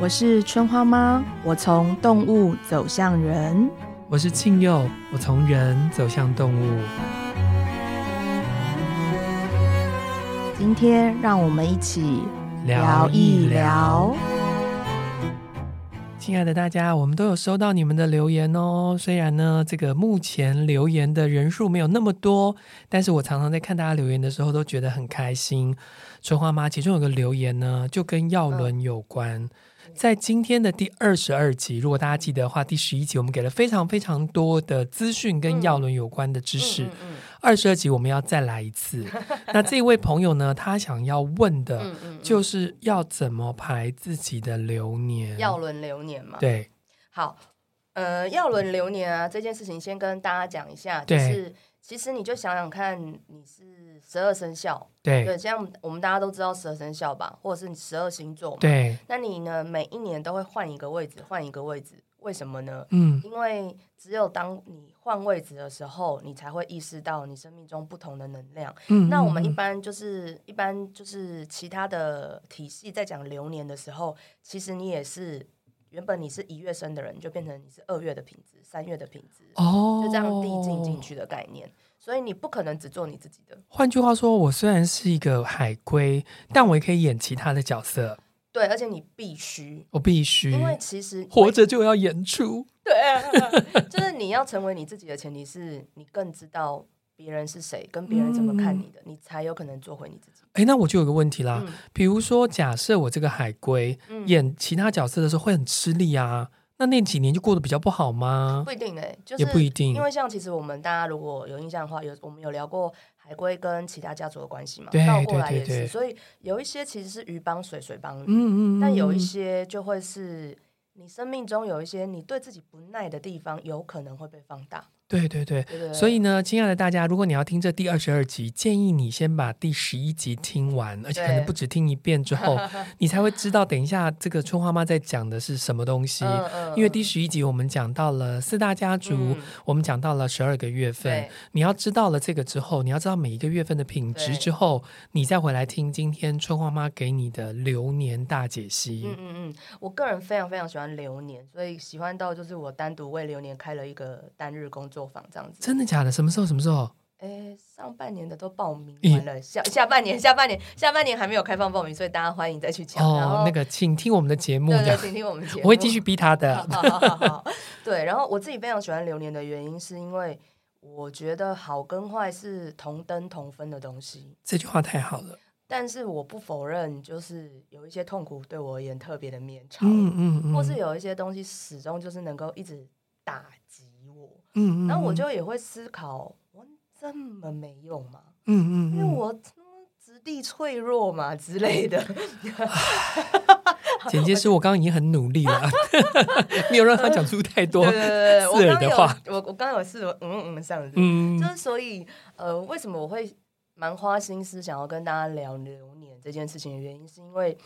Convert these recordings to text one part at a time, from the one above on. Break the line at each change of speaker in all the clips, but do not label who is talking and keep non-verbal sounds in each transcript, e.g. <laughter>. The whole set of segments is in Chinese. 我是春花妈，我从动物走向人。
我是庆佑，我从人走向动物。
今天让我们一起
聊一聊，，亲爱的大家，我们都有收到你们的留言哦。虽然呢，这个目前留言的人数没有那么多，但是我常常在看大家留言的时候，都觉得很开心。春花妈其中有个留言呢，就跟耀伦有关。在今天的第二十二集，如果大家记得的话，第十一集我们给了非常非常多的资讯跟耀伦有关的知识。
嗯
二十二集我们要再来一
<laughs>
次。那这位朋友呢，他想要问的
嗯嗯，
就是要怎么排自己的流年？
耀轮流年嘛。，
对，
好，呃，耀轮流年啊，这件事情先跟大家讲一下，就
对
是其实你就想想看，你是十二生肖，
对，
对，这样我们大家都知道十二生肖吧，或者是你十二星座嘛。
对，
那你呢，每一年都会换一个位置，换一个位置，为什么呢？
嗯，
因为只有当你换位置的时候，你才会意识到你生命中不同的能量。
嗯
那我们一
嗯
般就是一般就是其他的体系在讲流年的时候，其实你也是原本你是一月生的人，就变成你是二月的品质、三月的品质，
哦，
就这样递进进。去的概念。所以你不可能只做你自己的，
换句话说，我虽然是一个海龟，但我也可以演其他的角色，
对，而且你必须，
我必须
因为其实
活着就要演出。
对啊， <laughs> 就是你要成为你自己的前提是你更知道别人是谁，跟别人怎么看你的，你才有可能做回你自己。
哎，那我就有个问题啦，
嗯
比如说，假设我这个海龟
嗯
演其他角色的时候会很吃力啊，那那几年就过得比较不好吗
不？一定哎、就是
嗯也不一定
因为像其实我们大家如果有印象的话，有我们有聊过海龟跟其他家族的关系嘛，
对
倒过来
对
也
对
是，
对
所以有一些其实是鱼帮水，水帮鱼，
嗯嗯嗯，
但有一
嗯
些就会是你生命中有一些你对自己不耐的地方，有可能会被放大，
嗯对对对，
对对对
所以呢，亲爱的大家，如果你要听这第二十二集，建议你先把第十一集听完，而且可能
对
不止听一遍
<laughs>
之后，你才会知道等一下这个春花妈在讲的是什么东西。
嗯嗯
因为第十一集我们讲到了四大家族，
嗯
我们讲到了十二个月份
对，
你要知道了这个之后，你要知道每一个月份的品质
对
之后，你再回来听今天春花妈给你的流年大解析。
嗯嗯嗯，我个人非常非常喜欢流年，所以喜欢到就是我单独为流年开了一个单日工作坊这样子。
真的假的？什么时候？什么时候？
哎，上半年的都报名
咦
完了，下下半年下半年下半年还没有开放报名，所以大家欢迎再去抢。然
哦
后，
那个，请听我们的节目，
对
这
对，
样
请听我们节目，
我会继续。逼他的。
好好好好， <laughs> 对。然后我自己非常喜欢流年的原因，是因为我觉得好跟坏是同灯同分的东西，
这句话太好了。
但是我不否认，就是有一些痛苦对我而言特别的绵长，
嗯嗯嗯，
或是有一些东西始终就是能够一直打击我，
嗯嗯，
然后我
嗯
就也会思考，我这么没用吗？
嗯嗯，
因为我他妈质地脆弱嘛之类的， <laughs>
嗯简介是我刚刚已经很努力
<laughs>
了，没有让他讲出太多
对对对，
刺
我
耳
刚
的
有
话
我我刚有试了，嗯嗯这样子，
嗯
就是所以呃，为什么我会蛮花心思想要跟大家聊流年这件事情的原因，是因为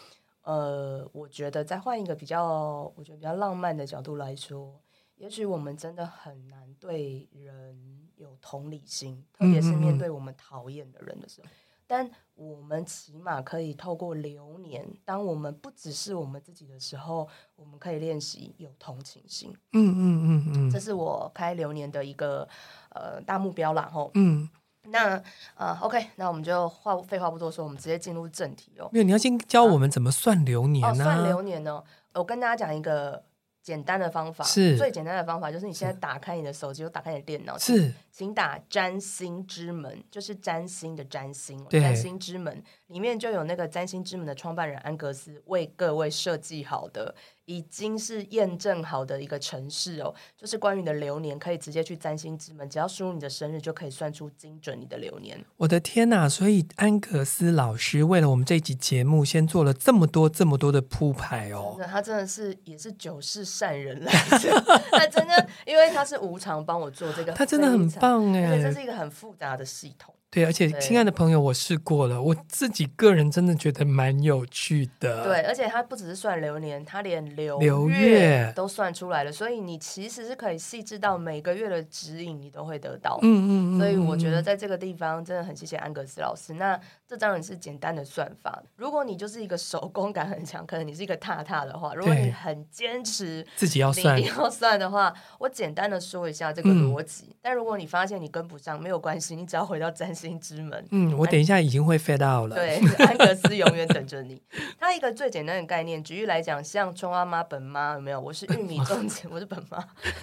呃，我觉得再换一个比较，我觉得比较浪漫的角度来说，也许我们真的很难对人有同理心，特别是
嗯嗯嗯
面对我们讨厌的人的时候。但我们起码可以透过流年，当我们不只是我们自己的时候，我们可以练习有同情心。
嗯嗯嗯
这
嗯
是我开流年的一个呃大目标啦。吼，
嗯，
那呃，OK，那我们就话不废话不多说，我们直接进入正题哦。
没有，你要先教我们怎么算流年啊
哦，
呢？
算流年哦，我跟大家讲一个简单的方法，
是
最简单的方法就是你现在打开你的手机或打开你的电脑，请
是
请打“占星之门”，就是占星的占星哦，
对
占星之门里面就有那个占星之门的创办人安格斯为各位设计好的，已经是验证好的一个程式哦，就是关于你的流年，可以直接去占星之门，只要输入你的生日就可以算出精准你的流年。
我的天呐！所以安格斯老师为了我们这一集节目，先做了这么多这么多的铺排哦。
那他真的是也是九世善人来着，他真的， <laughs> 因为他是无偿帮我做这个，
他真的很，棒
而且这
哎
是，一个很复杂的系统。
对，而且
对
亲爱的朋友，我试过了，我自己个人真的觉得蛮有趣的。
对，，而且它不只是算流年，它连流
呃流月
都算出来了，所以你其实是可以细致到每个月的指引，你都会得到。
嗯嗯嗯，
所以我觉
嗯
得在这个地方真的很谢谢安格斯老师。那这当然是简单的算法。如果你就是一个手工感很强，可能你是一个踏踏的话，如果你
对
很坚持
自己要
你
算，
要算的话，我简单的说一下这个
嗯
逻辑。但如果你发现你跟不上，没有关系，你只要回到占星之门，
嗯，我等一下已经会 fade out 了，
对，安格斯永远等着你。它一个最简单的概念，举例来讲，像春花妈本妈有没有？我是玉米种植， <laughs> 我是本妈，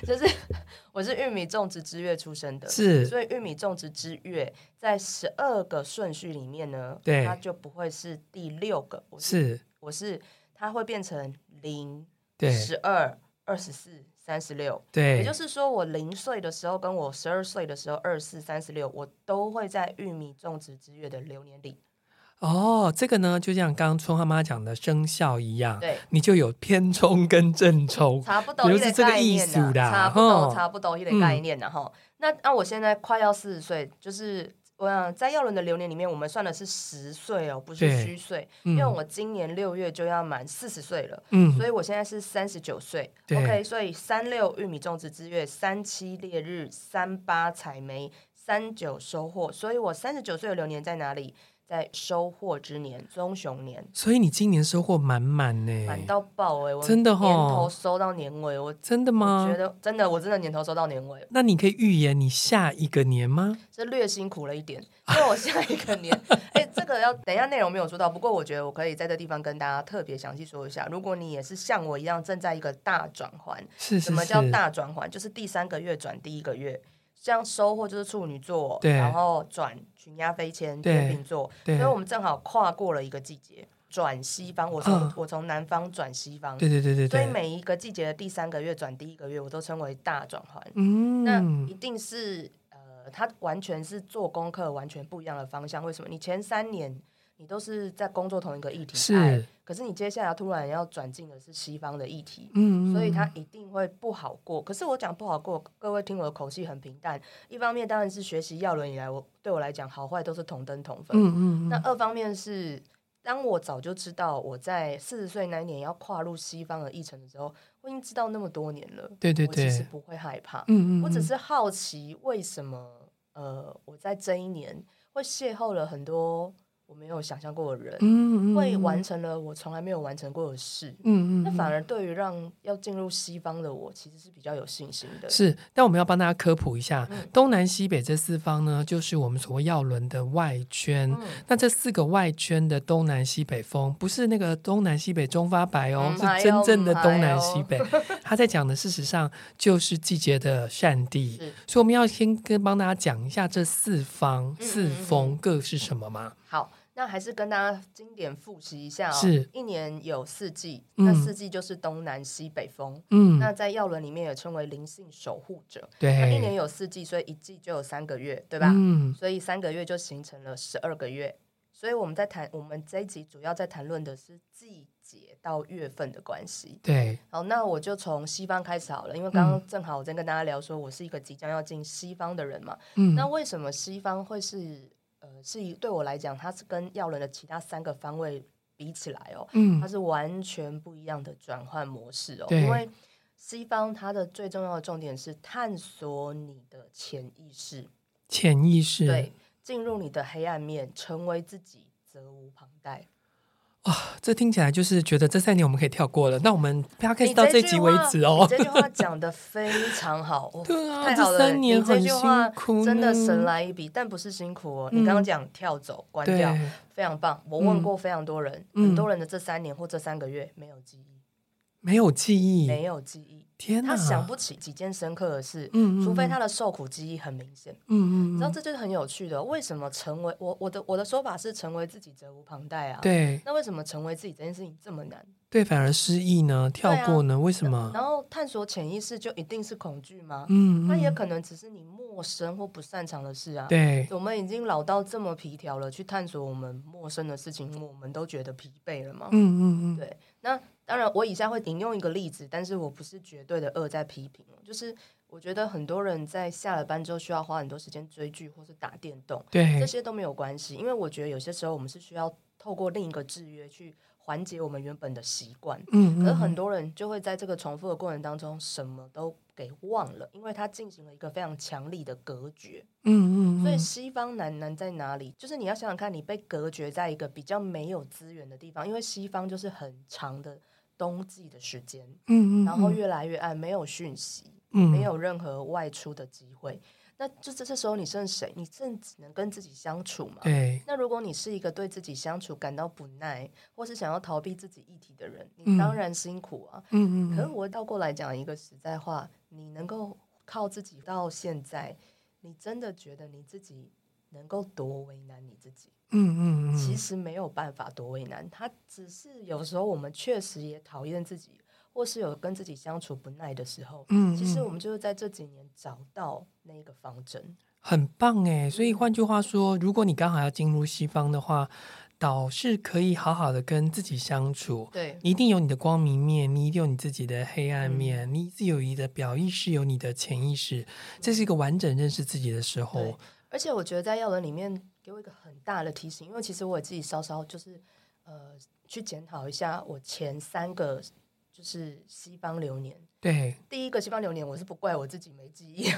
就是我是玉米种植之月出生的，
是，
所以玉米种植之月在十二个顺序里面呢，
对
它就不会是第六个，我是
是，
我是它会变成零、
对，
十二、二十四、三十六。
对，
也就是说，我零岁的时候跟我十二岁的时候，二四、三十六，我都会在玉米种植之月的流年里。
哦，这个呢，就像刚刚春花妈讲的生肖一样，
对，
你就有偏冲跟正冲，
差不多一个概念啊
就是这个意思啦
差不多
哦
差不多一个概念然后，那那我现在快要四十岁，就是我想在耀伦的流年里面，我们算的是实岁哦，不是
对
虚岁，
嗯
因为我今年六月就要满四十岁了。
嗯
所以我现在是三十九岁
对
，OK，所以三六玉米种植之月，三七烈日，三八采梅，三九收获，所以我三十九岁的流年在哪里？在收获之年，棕熊年，
所以你今年收获满满呢，
满到爆哎、我
真的吼
年头收到年尾，我
真的
我觉
吗？
得真的，我真的年头收到年尾，
那你可以预言你下一个年吗？
是略辛苦了一
<laughs>
点，因为我下一个年， <laughs> 哎、这个要等一下内容没有说到，不过我觉得我可以在这地方跟大家特别详细说一下。如果你也是像我一样正在一个大转换，
是是
什么
是，
叫大转换？就是第三个月转第一个月，像收获就是处女座，
对
然后转群鸭飞迁
对
天秤座，所
对
以我们正好跨过了一个季节，转西方，我从、
嗯
我从南方转西方，
对对对对
所以
对，
每一个季节的第三个月转第一个月，我都称为大转换。那
嗯
一，定是呃，它完全是做功课完全不一样的方向。为什么？你前三年你都是在工作同一个议题，哎
是，
可是你接下来突然要转进的是西方的议题，
嗯，
所以它
嗯
一定会不好过。可是我讲不好过，各位听我的口气很平淡。一方面当然是学习药轮以来，我对我来讲好坏都是同灯同分。
嗯嗯
那
嗯，
二方面是，当我早就知道我在四十岁那一年要跨入西方的议程的时候，我已经知道那么多年了，
对对
我其实
对，
不会害怕。
嗯嗯，
我只
嗯
是好奇，为什么呃，我在这一年会邂逅了很多我没有想象过的人，
嗯嗯
会完
嗯
成了我从来没有完成过的事。
嗯嗯，
那反
嗯
而对于让要进入西方的我，其实是比较有信心的。
是，但我们要帮大家科普一下，
嗯
东南西北这四方呢，就是我们所谓药轮的外圈。
嗯，
那这四个外圈的东南西北风，不是那个东南西北中发白哦，
嗯还
是真
有
正的
嗯
东
还
南
有
西北。 <laughs> 他在讲的事实上就是季节的善地
是，
所以我们要先跟帮大家讲一下这四方、
嗯
四
嗯嗯
风各是什么嘛？
好，那还是跟大家经典复习一下、哦。
是
一年有四季，
嗯
那四季就是东南西北风。
嗯，
那在药轮里面也称为灵性守护者。那一年
对，
有四季，所以一季就有三个月，对吧？
嗯，
所以三个月就形成了十二个月。所以我们在谈，我们这一集主要在谈论的是季节到月份的关系。
对，
好，那我就从西方开始好了，因为刚
嗯
刚正好我在跟大家聊说，我是一个即将要进西方的人嘛。
嗯，
那为什么西方会是呃，是一对我来讲，它是跟耀伦的其他三个方位比起来哦，
嗯
它，是完全不一样的转换模式哦。
对
因为西方它的最重要的重点是探索你的潜意识，
潜意识，
对，进入你的黑暗面，成为自己，责无旁贷。
这听起来就是觉得这三年我们可以跳过了。那我们 p o d
你
c 到这
句
集
话
为止哦
你。这句话讲的非常
<laughs>
好，哦
对啊，
太好
这
了！
三
你
年
这
很
句
辛
话
苦呢，
真的神来一笔，但不是辛苦哦。
嗯
你刚刚讲跳走、关
对
掉，非常棒。我问过非常多人，
嗯
很多人的这三年或这三个月没有记忆，
没有记忆，
没有记忆，
天
他
哪，
想不起几件深刻的事，
嗯，嗯
除非他的受苦记忆很明显。
嗯嗯
你
嗯，
知道这就是很有趣的，为什么成为我我的我的说法是成为自己责无旁贷啊？。
对
那为什么成为自己这件事情这么难？
对，反而失忆呢，跳过呢，为什么？
然后探索潜意识就一定是恐惧吗？
嗯，
那也
嗯
可能只是你陌生或不擅长的事啊。
对，
我们已经老到这么皮条了，去探索我们陌生的事情，我们都觉得疲惫了吗？
嗯嗯嗯，
对，那当然，我以下会引用一个例子，但是我不是绝对的恶在批评哦，就是我觉得很多人在下了班之后需要花很多时间追剧或是打电动，这
对，
些都没有关系，因为我觉得有些时候我们是需要透过另一个制约去缓解我们原本的习惯，
嗯
可是
嗯，
很多人就会在这个重复的过程当中什么都给忘了，因为它进行了一个非常强力的隔绝。
嗯嗯，
所以
嗯
西方男男在哪里？就是你要想想看，你被隔绝在一个比较没有资源的地方，因为西方就是很长的冬季的时间，
嗯嗯，
然后
嗯
越来越暗，没有讯息，
嗯
没有任何外出的机会。那就这这时候你剩谁？你剩只能跟自己相处嘛。
对，
那如果你是一个对自己相处感到不耐，或是想要逃避自己议题的人，
嗯
你当然辛苦啊。
嗯嗯
可是
嗯，
我倒过来讲一个实在话，你能够靠自己到现在，你真的觉得你自己能够多为难你自己？
嗯嗯嗯，
其实没有办法多为难，他只是有时候我们确实也讨厌自己，或是有跟自己相处不耐的时候。
嗯，
其实
嗯
我们就是在这几年找到那个方针，
很棒哎！所以换句话说，如果你刚好要进入西方的话，岛是可以好好的跟自己相处。
对
你一定有你的光明面，你一定有你自己的黑
嗯
暗面，你自己有你的表意识，有你的潜意识，这是一个完整认识自己的时
对
候。。
而且我觉得在药轮里面给我一个很大的提醒，因为其实我自己稍稍就是呃去检讨一下我前三个就是西方流年，
对，
第一个西方流年，我是不怪我自己没记忆，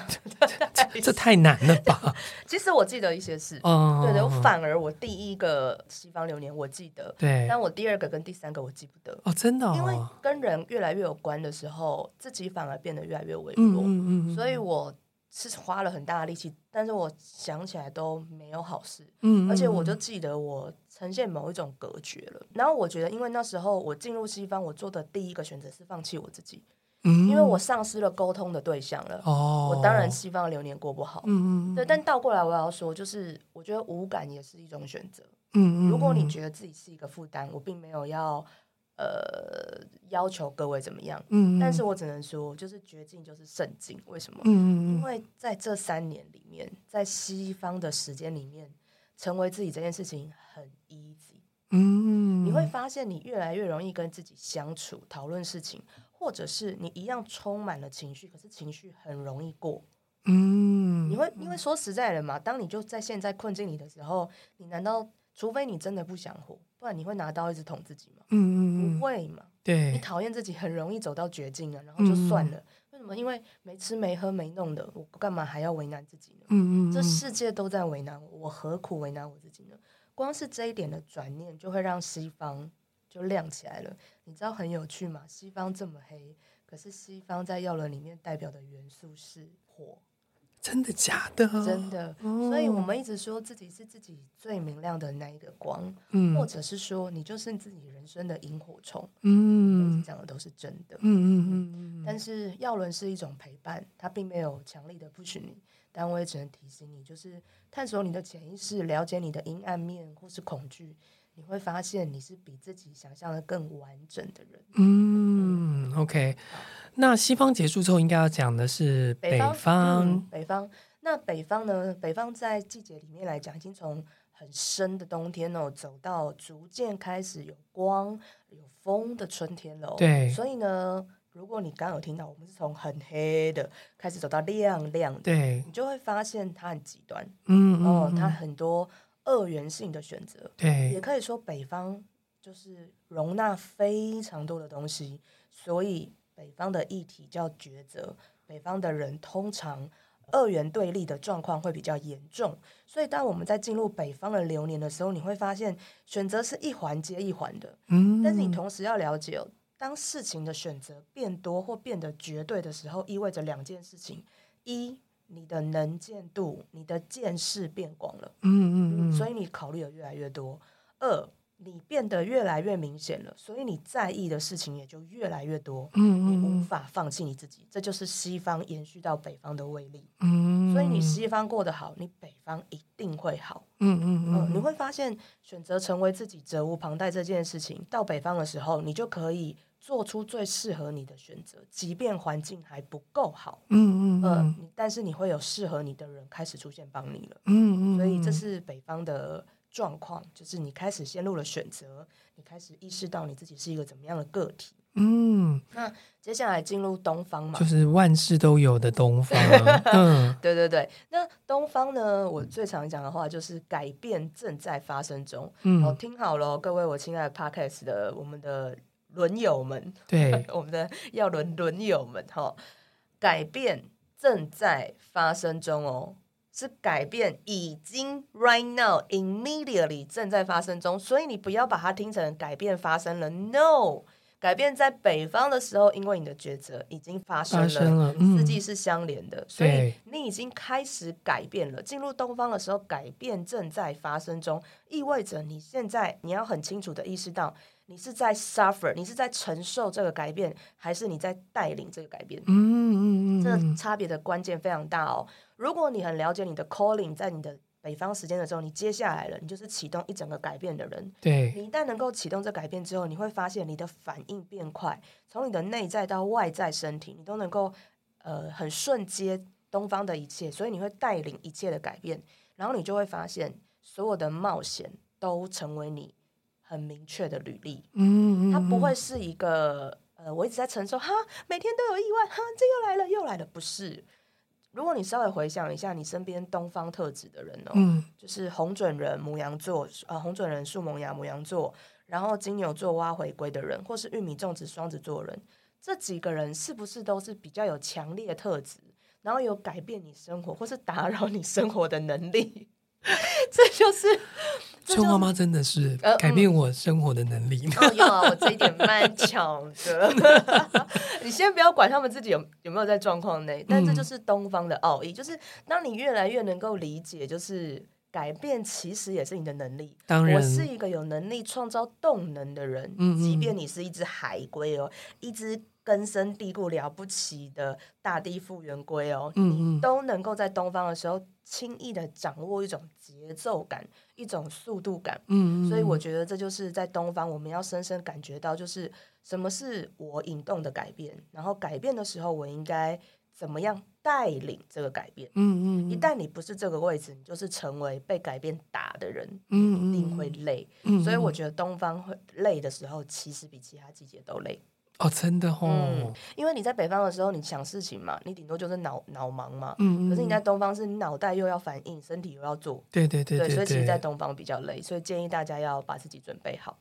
<laughs>
这太难了吧？
其实我记得一些事，
嗯，
<laughs> 对的，我反而我第一个西方流年我记得，
哦对
但我第二个跟第三个我记不得，
哦，真的、哦，
因为跟人越来越有关的时候，自己反而变得越来越微
嗯
弱，
嗯嗯，
所以我是花了很大的力气，但是我想起来都没有好事，
嗯，嗯
而且我就记得我呈现某一种隔绝了。然后我觉得，因为那时候我进入西方，我做的第一个选择是放弃我自己，
嗯，
因为我丧失了沟通的对象了。
哦，
我当然西方流年过不好，
嗯嗯
对，但倒过来我要说，就是我觉得无感也是一种选择。
嗯嗯，
如果你
嗯
觉得自己是一个负担，我并没有要呃要求各位怎么样，
嗯，
但是我只能说，就是绝境就是圣境。为什么？
嗯嗯
因
嗯
为在这三年里面，在西方的时间里面，成为自己这件事情很 easy。
嗯，
你会发现，你越来越容易跟自己相处、讨论事情，或者是你一样充满了情绪，可是情绪很容易过。
嗯，
你会因为说实在的嘛，当你就在现在困境里的时候，你难道除非你真的不想活，不然你会拿刀一直捅自己吗？
嗯嗯
不
嗯，
会嘛？你
对，嗯
讨厌自己很容易走到绝境了，啊然后就算了。为什么？因为没吃没喝没弄的，我干嘛还要为难自己呢？
嗯嗯，
这
嗯
世界都在为难我，我何苦为难我自己呢？光是这一点的转念，就会让西方就亮起来了。你知道很有趣吗？西方这么黑，可是西方在药轮里面代表的元素是火，
真的假的？
真，的。
哦
所以我们一直说自己是自己最明亮的那一个光，
嗯
或者是说你就是自己人生的萤火虫。
嗯嗯
讲的都是真的。
嗯嗯嗯，
但是药轮是一种陪伴，它并没有强力的不许你，但我也只能提醒你，就是探索你的潜意识，了解你的阴暗面或是恐惧，你会发现你是比自己想象的更完整的人。
嗯，OK。那西方结束之后，应该要讲的是北
方，
方
嗯，北方。那北方呢？北方在季节里面来讲，已经从很深的冬天哦，走到逐渐开始有光、有风的春天了、哦。
对
所以呢，如果你刚刚有听到，我们是从很黑的开始走到亮亮的，
对，
你就会发现它很极端
嗯
哦，它
嗯，
很多二元性的选择。也
对，
可以说北方就是容纳非常多的东西，所以北方的议题叫抉择。北方的人通常二元对立的状况会比较严重，所以当我们在进入北方的流年的时候，你会发现选择是一环接一环的。
嗯，
但是你同时要了解、哦，当事情的选择变多或变得绝对的时候，意味着两件事情：一，你的能见度、你的见识变广了。
嗯嗯嗯，
所以你考虑的越来越多。二，你变得越来越明显了，所以你在意的事情也就越来越多，你无
嗯嗯
法放弃你自己。这就是西方延续到北方的威力。
嗯，
所以你西方过得好，你北方一定会好。
嗯嗯
嗯，
嗯，
你会发现选择成为自己责无旁贷这件事情，到北方的时候，你就可以做出最适合你的选择，即便环境还不够好。
嗯嗯
呃
嗯，
你但是你会有适合你的人开始出现帮你了。
嗯嗯，
所以这是北方的状况，就是你开始陷入了选择，你开始意识到你自己是一个怎么样的个体。
嗯，
那接下来进入东方嘛
就，是万事都有的
<laughs>
东方，嗯
对对对。那东方呢，我最常讲的话就是改变正在发生中。哦，
嗯，
听好了，各位我亲爱的 Podcast 的我们的轮友们，
对，
我们的要轮轮友们哈。改变正在发生中哦，是改变已经 right now immediately 正在发生中，所以你不要把它听成改变发生了，no，改变在北方的时候，因为你的抉择已经发生
发
了，
生了，
四
嗯，
季是相连的，所以你已经开始改变了。进入东方的时候，改变正在发生中，意味着你现在你要很清楚的意识到，你是在 suffer，你是在承受这个改变，还是你在带领这个改变？
嗯嗯嗯
这
嗯，
差别的关键非常大哦。如果你很了解你的 calling，在你的北方时间的时候，你接下来了，你就是启动一整个改变的人。
对，
你一旦能够启动这改变之后，你会发现你的反应变快，从你的内在到外在身体，你都能够呃很瞬接东方的一切，所以你会带领一切的改变，然后你就会发现所有的冒险都成为你很明确的履历，
嗯嗯，
它不
嗯
会是一个呃我一直在承受哈，每天都有意外哈，这又来了又来了，不是。如果你稍微回想一下你身边东方特质的人哦，
嗯
就是红准人、母羊座，呃，红准人树萌芽、母羊座，然后金牛座挖回归的人，或是玉米种植双子座的人，这几个人是不是都是比较有强烈特质，然后有改变你生活或是打扰你生活的能力？ <laughs> 这就是，这就
春
是
花妈真的是
呃
改变我生活的能力。
哦，有啊，我这一点蛮强的。 <laughs> 你先不要管他们自己有有没有在状况内，但这就是东方的奥义，就是当你越来越能够理解，就是改变其实也是你的能力。
当然
我，是一个有能力创造动能的人，
嗯嗯
即便你是一只海龟哦，一只根深蒂固了不起的大地复原龟哦，
嗯嗯
你都能够在东方的时候轻易的掌握一种节奏感，一种速度感。
嗯，嗯
所以我觉得这就是在东方，我们要深深感觉到，就是什么是我引动的改变，然后改变的时候，我应该怎么样带领这个改变。
嗯嗯，
一旦你不是这个位置，你就是成为被改变打的人，
嗯
一
嗯
定会累。
嗯
所以我
嗯
觉得东方会累的时候，其实比其他季节都累，
哦，真的哦，
因为你在北方的时候，你想事情嘛，你顶多就是脑脑盲嘛。
嗯嗯，
可是你在
嗯
东方是你脑袋又要反应，身体又要做，
对对对
所以
对，
其实，在东方 <laughs> 比较累，所以建议大家要把自己准备好。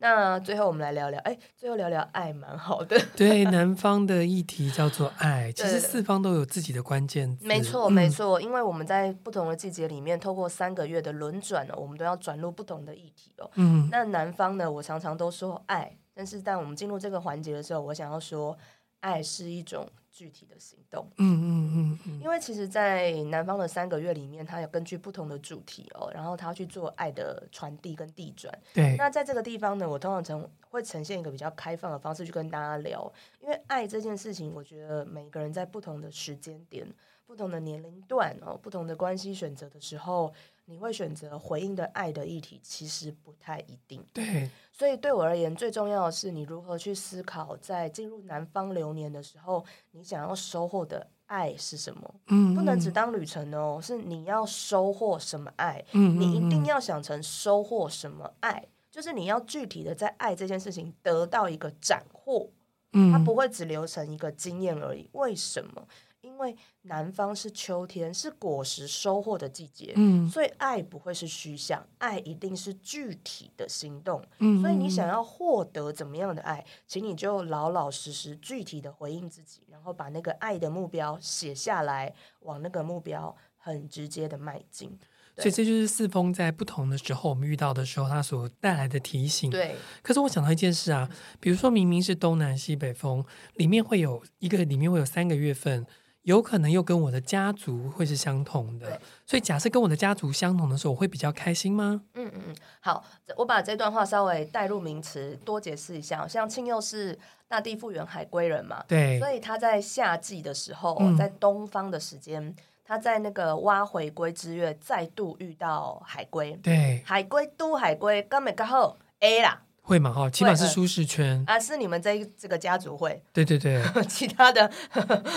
那最后我们来聊聊，哎，最后聊聊爱，蛮好的，
对南方的议题叫做爱，其实
对
四方都有自己的关键字，
没错，
嗯
没，错，因为我们在不同的季节里面，透过三个月的轮转哦，我们都要转入不同的议题哦。
嗯
那南方呢，我常常都说爱，但是当我们进入这个环节的时候，我想要说，爱是一种具体的行动。
嗯嗯嗯嗯，
因为其实，在南方的三个月里面，它有根据不同的主题哦，然后它去做爱的传递跟递转。
对，
那在这个地方呢，我通常呈会呈现一个比较开放的方式去跟大家聊，因为爱这件事情，我觉得每个人在不同的时间点、不同的年龄段哦、不同的关系选择的时候，你会选择回应的爱的议题，其实不太一定。
对，
所以对我而言，最重要的是你如何去思考，在进入南方流年的时候，你想要收获的爱是什么？
嗯，
不能只
嗯，
当旅程哦，是你要收获什么爱，
嗯
你一定
要，
要想成收获什么爱，就是你要具体的在爱这件事情得到一个斩获，
嗯，
它不会只留成一个经验而已。为什么？因为南方是秋天，是果实收获的季节，
嗯，
所以爱不会是虚像，爱一定是具体的行动。
嗯，
所以你
嗯
想要获得怎么样的爱，请你就老老实实、具体的回应自己，然后把那个爱的目标写下来，往那个目标很直接的迈进。对
所以这就是四风在不同的时候，我们遇到的时候，它所带来的提醒。
对，嗯
可是我想到一件事啊，比如说明明是东南西北风，里面会有一个，里面会有三个月份，有可能又跟我的家族会是相同的
对。
所以假设跟我的家族相同的时候，我会比较开心吗？
嗯嗯嗯，好，这我把这段话稍微带入名词，多解释一下哦。像庆佑是大地复原海归人嘛，
对，
所以他在夏季的时候，
嗯
在东方的时间，他在那个蛙回归之月再度遇到海龟，
对，
海龟都海龟，刚没刚好 A 啦，
会嘛哈，起码是舒适圈。
啊，是你们这一这个家族会， <laughs>
对对对，
其他的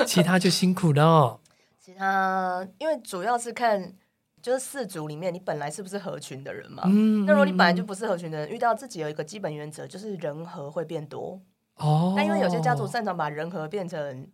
其他就辛苦了哦。
<laughs> 其他，因为主要是看就是四组里面你本来是不是合群的人嘛。
嗯，
那如果你本来就
嗯
不是合群的人，遇到自己有一个基本原则，就是人和会变多。
哦，
但因为有些家族擅长把人和变成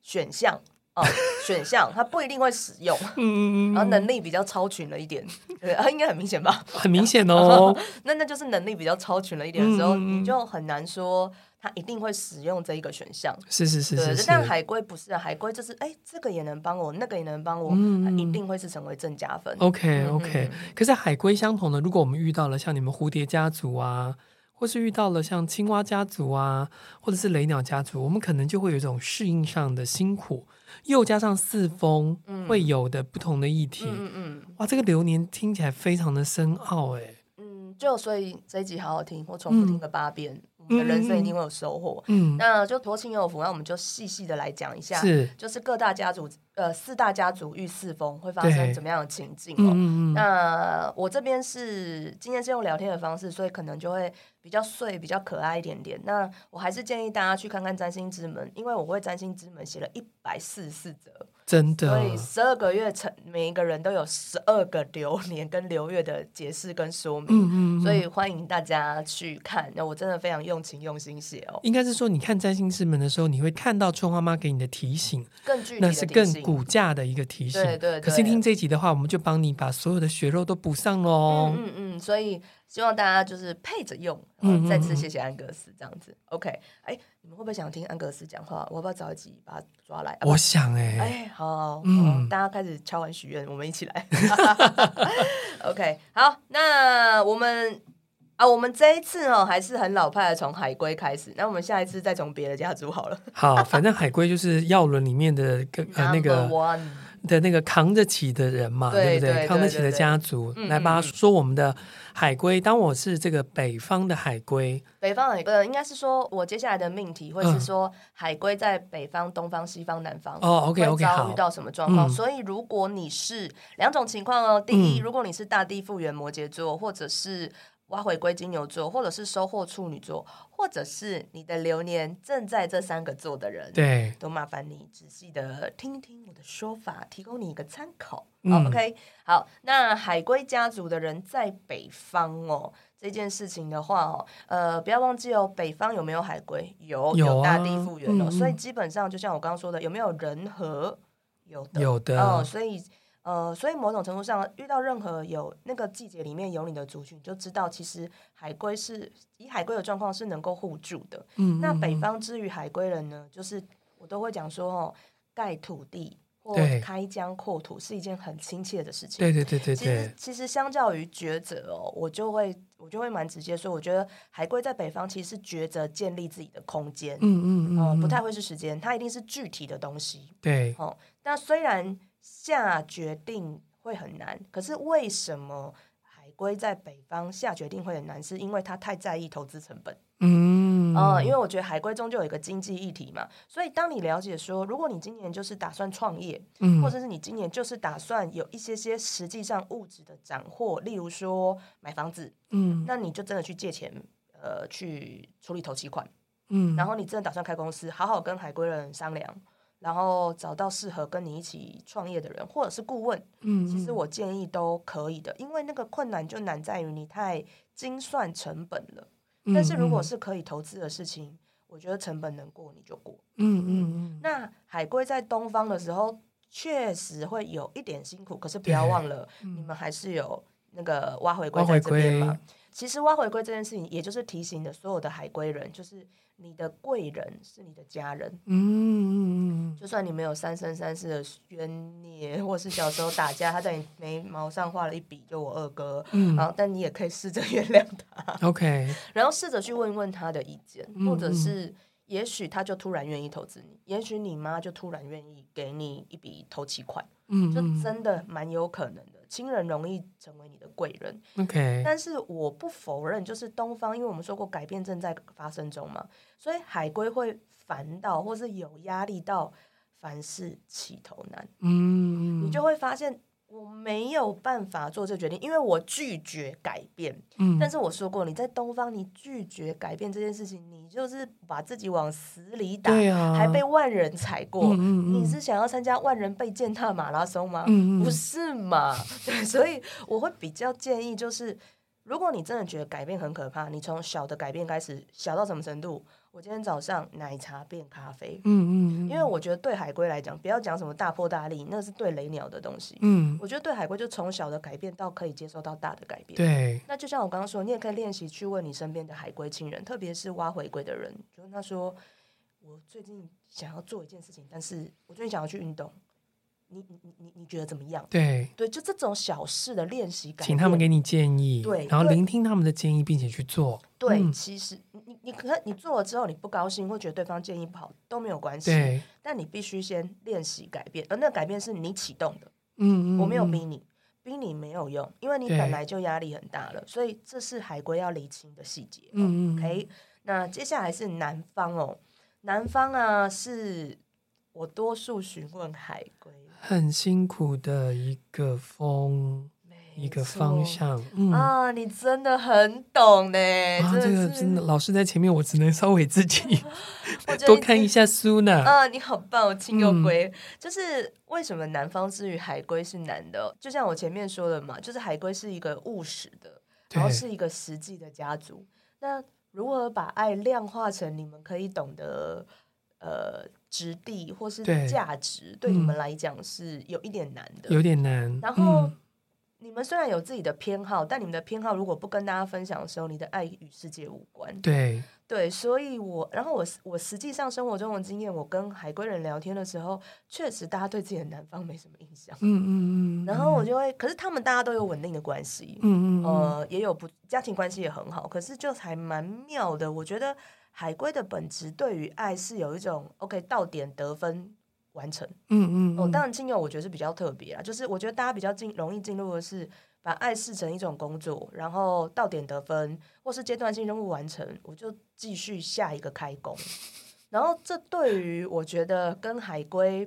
选项哦，选项它不一定会使 <laughs> 用，
嗯，嗯嗯
然后能力比较超群了一点，对啊，应该很明显吧？
很明显哦。
<laughs> 那那就是能力比较超群了一点的时候，
嗯嗯嗯
你就很难说他一定会使用这一个选项。
是是是
对
是，是，
但海龟不是啊，海龟就是哎，这个也能帮我，那个也能帮我，
嗯哦
它一定会是成为正加分。
OK
嗯
OK，、
嗯
可是海龟相同的，如果我们遇到了像你们蝴蝶家族啊，或是遇到了像青蛙家族啊，或者是雷鸟家族，我们可能就会有一种适应上的辛苦，又加上四风
嗯
会有的不同的议题。
嗯嗯嗯
哇，这个流年听起来非常的深奥哎。
嗯，就所以这一集好好听，或重复听个八遍，我们的人生一定会有收获。
嗯，
那就托亲有福，那我们就细细的来讲一下，
是，
就是各大家族呃四大家族遇四风会发
对
生怎么样的情境哦。
嗯嗯嗯，
那我这边是今天是用聊天的方式，所以可能就会比较碎、比较可爱一点点。那我还是建议大家去看看《占星之门》，因为我为《占星之门》写了一百四十四则，
真
所
的
以，十二个月成每一个人都有十二个流年跟流月的解释跟说明，
嗯嗯，
所以欢迎大家去看。那我真的非常用情用心写哦，
应该是说，你看占星师们的时候，你会看到春花妈给你的提醒，
更具体
那
的
是
提
更
醒。
骨架的一个提醒。
对对对
可是听这一集的话，我们就帮你把所有的血肉都补上
嗯
喽。
嗯嗯，所以希望大家就是配着用，然
嗯
后再次谢谢安格斯这样子。OK，哎，你们会不会想听安格斯讲话？我要不要找一集把他抓来？啊
我想哎、
哎，好好，好
嗯
大家开始敲完许愿，我们一起来。OK，好，那我们啊，我们这一次哦，还是很老派的，从海龟开始。那我们下一次再从别的家族好了。
好，反正海龟就是
<laughs>
药轮里面的个呃那
Number
个
one，
的那个扛得起的人嘛，
对
不对？
对对
扛得起的
对对
家族，
嗯
来帮他说我们的海龟。当我是这个北方的海龟，
北方海呃，应该是说我接下来的命题会
嗯
是说海龟在北方、东方、西方、南方。
哦，OK
会
OK，
遭
好
遇，到什么状况。
嗯
所以如果你是两种情况哦，第一，
嗯
如果你是大地复原摩羯座，或者是挖回归金牛座，或者是收获处女座，或者是你的流年正在这三个座的人，，
对，
都麻烦你仔细的听听我的说法，提供你一个参考。
嗯
好，OK，好，那海龟家族的人在北方哦。这件事情的话哦，呃，不要忘记哦，北方有没有海龟？有，
有啊
大地复原哦，
嗯嗯
所以基本上就像我刚刚说的，有没有人和？有的，
有的，
哦，所以呃，所以某种程度上，遇到任何有那个季节里面有你的族群，就知道其实海龟是以海龟的状况是能够互助的。
嗯
那北方之于海归人呢，就是我都会讲说哦，盖土地或
对
开疆扩土是一件很亲切的事情。
对对对对
其实
对，
其实相较于抉择哦，我就会我就会蛮直接说，我觉得海归在北方其实是抉择建立自己的空间，
嗯嗯嗯
哦、
嗯，
不太会是时间，它一定是具体的东西。
对，
哦，那虽然下决定会很难，可是为什么海归在北方下决定会很难？是因为他太在意投资成本。
嗯，
哦，因为我觉得海归终究有一个经济议题嘛，所以当你了解说，如果你今年就是打算创业，
嗯
或者是你今年就是打算有一些些实际上物质的斩获，例如说买房子，
嗯
那你就真的去借钱，呃，去处理头期款，
嗯，
然后你真的打算开公司，好好跟海归人商量，然后找到适合跟你一起创业的人，或者是顾问，
嗯，
其实
嗯
我建议都可以的，因为那个困难就难在于你太精算成本了。但是如
嗯
果是可以投资的事情，我觉得成本能过你就过。
嗯嗯嗯，
那海龟在东方的时候，确实会有一点辛苦，可是不要忘了，你们还是有那个挖回归
嗯挖
在
回
这边嘛
归。
其实挖回归这件事情，也就是提醒了所有的海龟人，就是你的贵人是你的家人，
嗯嗯嗯
就算你没有三生三世的冤孽，或是小时候打架，他在你眉毛上画了一笔，就我二哥，
嗯
然后但你也可以试着原谅他。
嗯，OK，
然后试着去问问他的意见，
嗯
或者是也许他就突然愿意投资你，也许你妈就突然愿意给你一笔投期款，
嗯，
就
嗯
真的蛮有可能的。亲人容易成为你的贵人，
OK，
但是我不否认，就是东方，因为我们说过改变正在发生中嘛，所以海龟会烦到或是有压力到凡事起头难，
嗯，
你就会发现我没有办法做这决定，因为我拒绝改变。
嗯，
但
是
是我说过，你在东方，你拒绝改变这件事情，你就是把自己往死里打，
对啊，
还被万人踩过。
嗯嗯嗯
你是想要参加万人被践踏马拉松吗？<laughs>
嗯嗯
不是嘛？对，所以我会比较建议，就是如果你真的觉得改变很可怕，你从小的改变开始，小到什么程度？我今天早上奶茶变咖啡，
嗯嗯，
因为我觉得对海龟来讲，不要讲什么大破大立，那是对雷鸟的东西。
嗯
我觉得对海龟就从小的改变到可以接受到大的改变。
对
那就像我刚刚说，你也可以练习去问你身边的海龟亲人，特别是挖回龟的人，就问他说：“我最近想要做一件事情，但是我最近想要去运动，你你你你你觉得怎么样
对，？”
对，就这种小事的练习改变，
请他们给你建议，
对
然后
对
聆听他们的建议，并且去做，
对，
嗯
其实你你你可能你做了之后你不高兴，或觉得对方建议不好都没有关系，
对，
但你必须先练习改变，而那个改变是你启动的，
嗯嗯，
我没有
嗯
逼你，逼你没有用，因为你
对
本来就压力很大了，所以这是海龟要理清的细节。
嗯嗯嗯
OK，那接下来是南方哦，南方啊是我多数询问海龟
很辛苦的一个风一个方。向，
没错
嗯。
啊，你真的很懂呢、
啊，这
真的
个
是，
真的，老师在前面，我只能稍微自己
我觉得
多
你
看一下书 <laughs> 呢。
啊，你好棒哦，亲
嗯
又龟。就是为什么南方之于海龟是难的哦？就像我前面说的嘛，就是海龟是一个务实的，然后
对
是一个实际的家族。那如何把爱量化成你们可以懂得呃质地或是
对
价值，对你们
嗯
来讲是有一点难的。
有点难。
然后
嗯
你们虽然有自己的偏好，但你们的偏好如果不跟大家分享的时候，你的爱与世界无关。
对，
对，所以我，然后我实我实际上生活中的经验，我跟海归人聊天的时候，确实大家对自己的南方没什么印象。
嗯嗯嗯。
然后我
就，
就会，可是他们大家都有稳定的关系，
嗯嗯嗯，
呃，也有不家庭关系也很好，可是就还蛮妙的。我觉得海归的本质对于爱是有一种 OK 到点得分完成。
嗯嗯
哦，
嗯，
当然亲友我觉得是比较特别啦，就是我觉得大家比较进容易进入的是把爱视成一种工作，然后到点得分或是阶段性任务完成，我就继续下一个开工。然后这对于我觉得跟海龟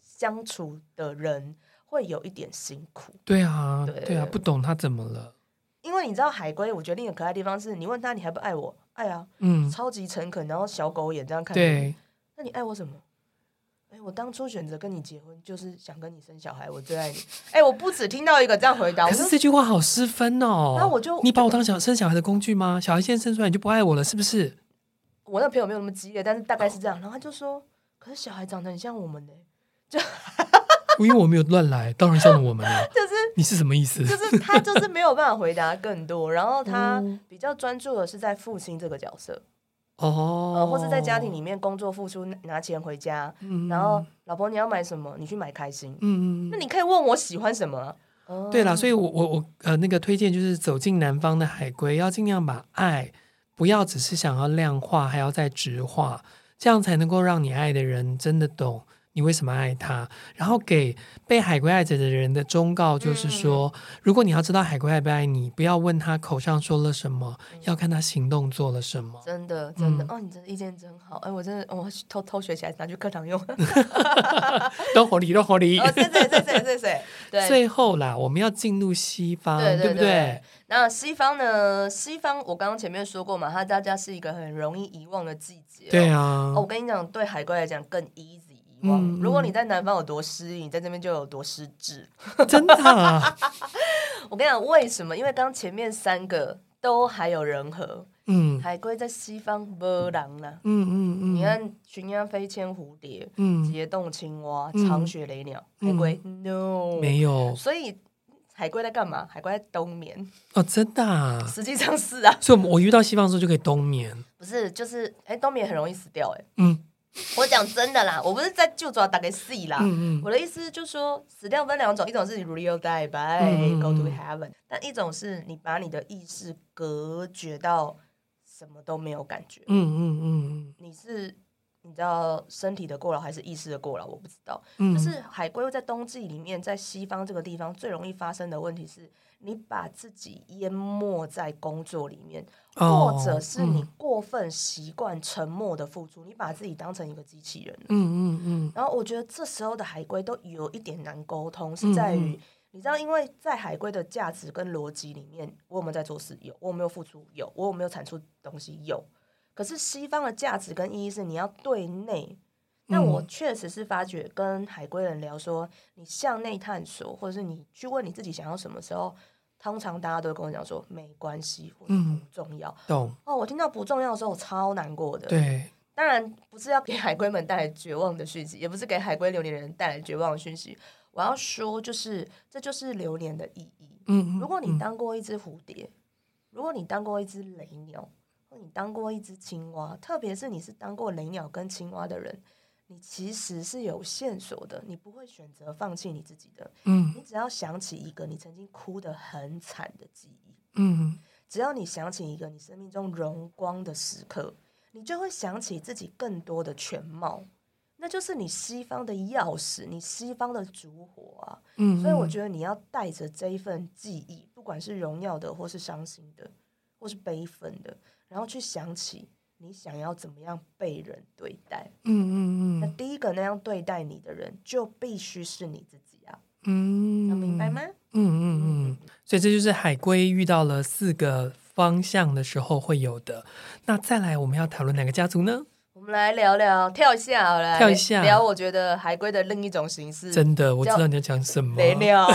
相处的人会有一点辛苦，
对啊，对
对
啊，不懂他怎么了。
因为你知道海龟，我觉得另一个可爱的地方是你问他你还不爱我，爱啊，
嗯，
超级诚恳，然后小狗眼这样看着你，
对，
那你爱我什么？哎、我当初选择跟你结婚，就是想跟你生小孩，我最爱你。哎、我不止听到一个这样回答，我
可
就是
这句话好失分哦。
那我就
你把我当小生小孩的工具吗？小孩现在生出来你就不爱我了，是不是？
我那朋友没有那么激烈，但是大概是这样。然后他就说，可是小孩长得很像我们呢、
因为我没有乱来，当然像我们了。
<laughs> 就是
你是什么意思？
就是 <laughs> 他就是没有办法回答更多，然后他
嗯
比较专注的是在父亲这个角色，呃，
哦，
或是在家庭里面工作付出拿钱回家，
嗯，嗯
然后老婆你要买什么，你去买开心。
嗯嗯，
那你可以问我喜欢什么啊、哦
对啦，所以我我我呃，那个推荐就是走进南方的海龟，要尽量把爱不要只是想要量化，还要再直化，这样才能够让你爱的人真的懂你为什么爱他。然后给被海龟爱着的人的忠告就是说，如果你要知道海龟爱不爱你，不要问他口上说了什么，要看他行动做了什么。
真的，真的，
嗯
哦，你真的意见真好，哎，我真的，我偷偷学起来拿去课堂用。哦，
都合理，都合理。
谁谁谁谁谁
<laughs>
谁，对。
最后啦，我们要进入西方，
对对
不
对对？那西方呢？西方我刚刚前面说过嘛，它大家是一个很容易遗忘的季节、
对。啊
哦，，我跟你讲，对海龟来讲更 easy 遗忘。
嗯嗯
如果你在南方有多失意，你在这边就有多失智。
真的
<laughs>
啊，
我跟你讲，为什么？因为刚前面三个都还有人和，
嗯
海龟在西方没人呢、
嗯嗯嗯，
你看群鸯飞迁蝴蝶，
嗯，
结冻青蛙、
嗯
长血雷鸟、
嗯
海龟、no，
没有
所以海龟在干嘛？海龟在冬眠，
哦，真的、啊。
实际上是啊，
所以我们，我遇到西方的时候就可以冬眠。
不是就是哎、冬眠很容易死掉哎、
嗯
我讲真的啦，我不是在就抓打给 C 啦。
嗯嗯
我的意思就是说，死掉分两种，一种是你 real die
嗯嗯
by
嗯
go to heaven，但一种是你把你的意识隔绝到什么都没有感觉。
嗯嗯
你是你知道身体的过劳还是意识的过劳？我不知道。
嗯，
就是海龟在冬季里面，在西方这个地方最容易发生的问题是，你把自己淹没在工作里面，
哦
或者是你过分习惯沉默的付出，你把自己当成一个机器人了。
嗯嗯嗯
然后我觉得这时候的海龟都有一点难沟通，是在于、
嗯
你知道，因为在海龟的价值跟逻辑里面，我有没有在做事？有，我有没有付出？有，我有没有产出东西？有。可是西方的价值跟意义是你要对内。但
嗯
我确实是发觉跟海龟人聊说，你向内探索，或者是你去问你自己想要什么时候，通常大家都会跟我讲说没关系，或者
嗯
不重要。
懂，
哦，我听到不重要的时候，我超难过的。，
对，
当然不是要给海龟们带来绝望的讯息，也不是给海龟流年的人带来绝望的讯息。我要说，就是这就是流年的意义。
嗯，嗯
如果你
嗯
当过一只蝴蝶，如果你当过一只雷鸟，或你当过一只青蛙，特别是你是当过雷鸟跟青蛙的人，你其实是有线索的，你不会选择放弃你自己的。
嗯
你只要想起一个你曾经哭得很惨的记忆，
嗯
只要你想起一个你生命中荣光的时刻，你就会想起自己更多的全貌。那就是你西方的钥匙，你西方的烛火啊！
嗯，
所以我
得
觉得你要带着这一份记忆，不管是荣耀的，或是伤心的，或是悲愤的，然后去想起你想要怎么样被人对待。
嗯嗯
那
嗯
第一个那样对待你的人，就必须是你自己啊！
嗯，
能明白吗？
嗯嗯嗯，所以这就是海龟遇到了四个方向的时候会有的。那再来，我们要讨论哪个家族呢？
我们来聊聊，跳一下好了，
跳一下
聊我觉得海龟的另一种形式，
真的，我知
叫
道你要讲什么。
雷鸟。 <laughs>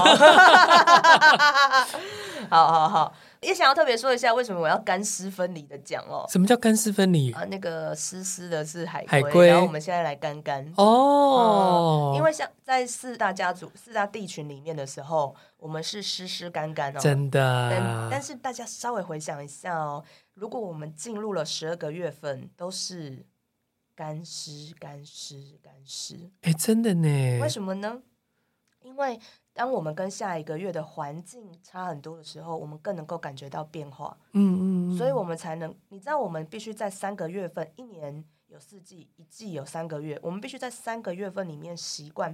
好好好，也想要特别说一下，为什么我要干湿分离的讲哦。
什么叫干湿分离？
啊，那个湿湿的是海
海
龟，
龟
然后我们现在来干干。
哦，
因为像在四大家族、四大地群里面的时候，我们是湿湿干干哦。
真的啊
但，但是大家稍微回想一下哦，如果我们进入了十二个月份，都是干湿、干湿、干湿，
哎，真的呢，
为什么呢？因为当我们跟下一个月的环境差很多的时候，我们更能够感觉到变化，
嗯嗯嗯，
所以我们才能，你知道，我们必须在三个月份，一年有四季，一季有三个月，我们必须在三个月份里面习惯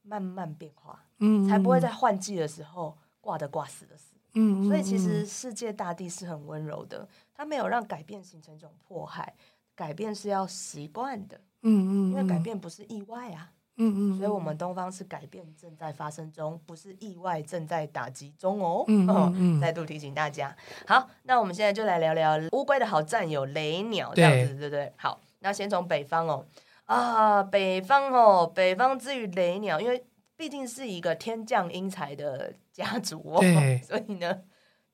慢慢变化，
嗯
才不会在换季的时候挂的挂死的死。
嗯，嗯
所以其实世界大地是很温柔的，它没有让改变形成一种迫害，改变是要习惯的，
嗯嗯，
因为改变不是意外啊。
嗯，嗯嗯，
所以，我们东方是改变正在发生中，不是意外正在打击中哦。 <laughs>
嗯嗯
哦
嗯
再度提醒大家。好，那我们现在就来聊聊乌龟的好战友雷鸟这样子，对不对？好，那先从北方哦，啊，北方哦，北方之于雷鸟，因为毕竟是一个天降英才的家族哦 <laughs>
对，
所以呢，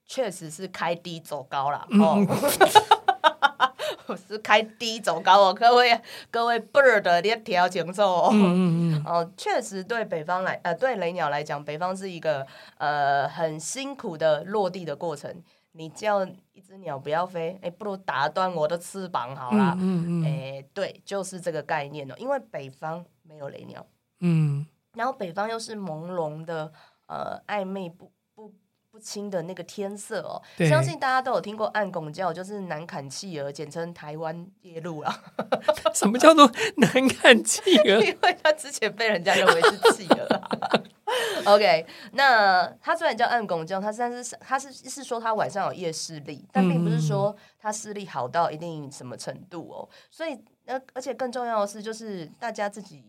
确实是开低走高啦。
嗯
哦。 <laughs> 我是开低走高哦，各位各位 bird 你要调清楚哦。
嗯嗯嗯
哦，确实对北方来，呃，对雷鸟来讲，北方是一个呃很辛苦的落地的过程。你叫一只鸟不要飞，哎，不如打断我的翅膀好啦。
嗯嗯
哎、对，就是这个概念哦。因为北方没有雷鸟，
嗯
然后北方又是朦胧的，呃，暧昧不不不清的那个天色哦。
对
相信大家都有听过暗拱叫，就是南坎企鹅，简称台湾夜鹭啊啦。
嗯，什么叫做难看企 <laughs> 鹅？
因为他之前被人家认为是企鹅 <laughs> 啊。OK，那他虽然叫暗公教，他但是他是是说他晚上有夜视力，但并不是说
嗯
他视力好到一定什么程度哦。所以，呃，而且更重要的是，就是大家自己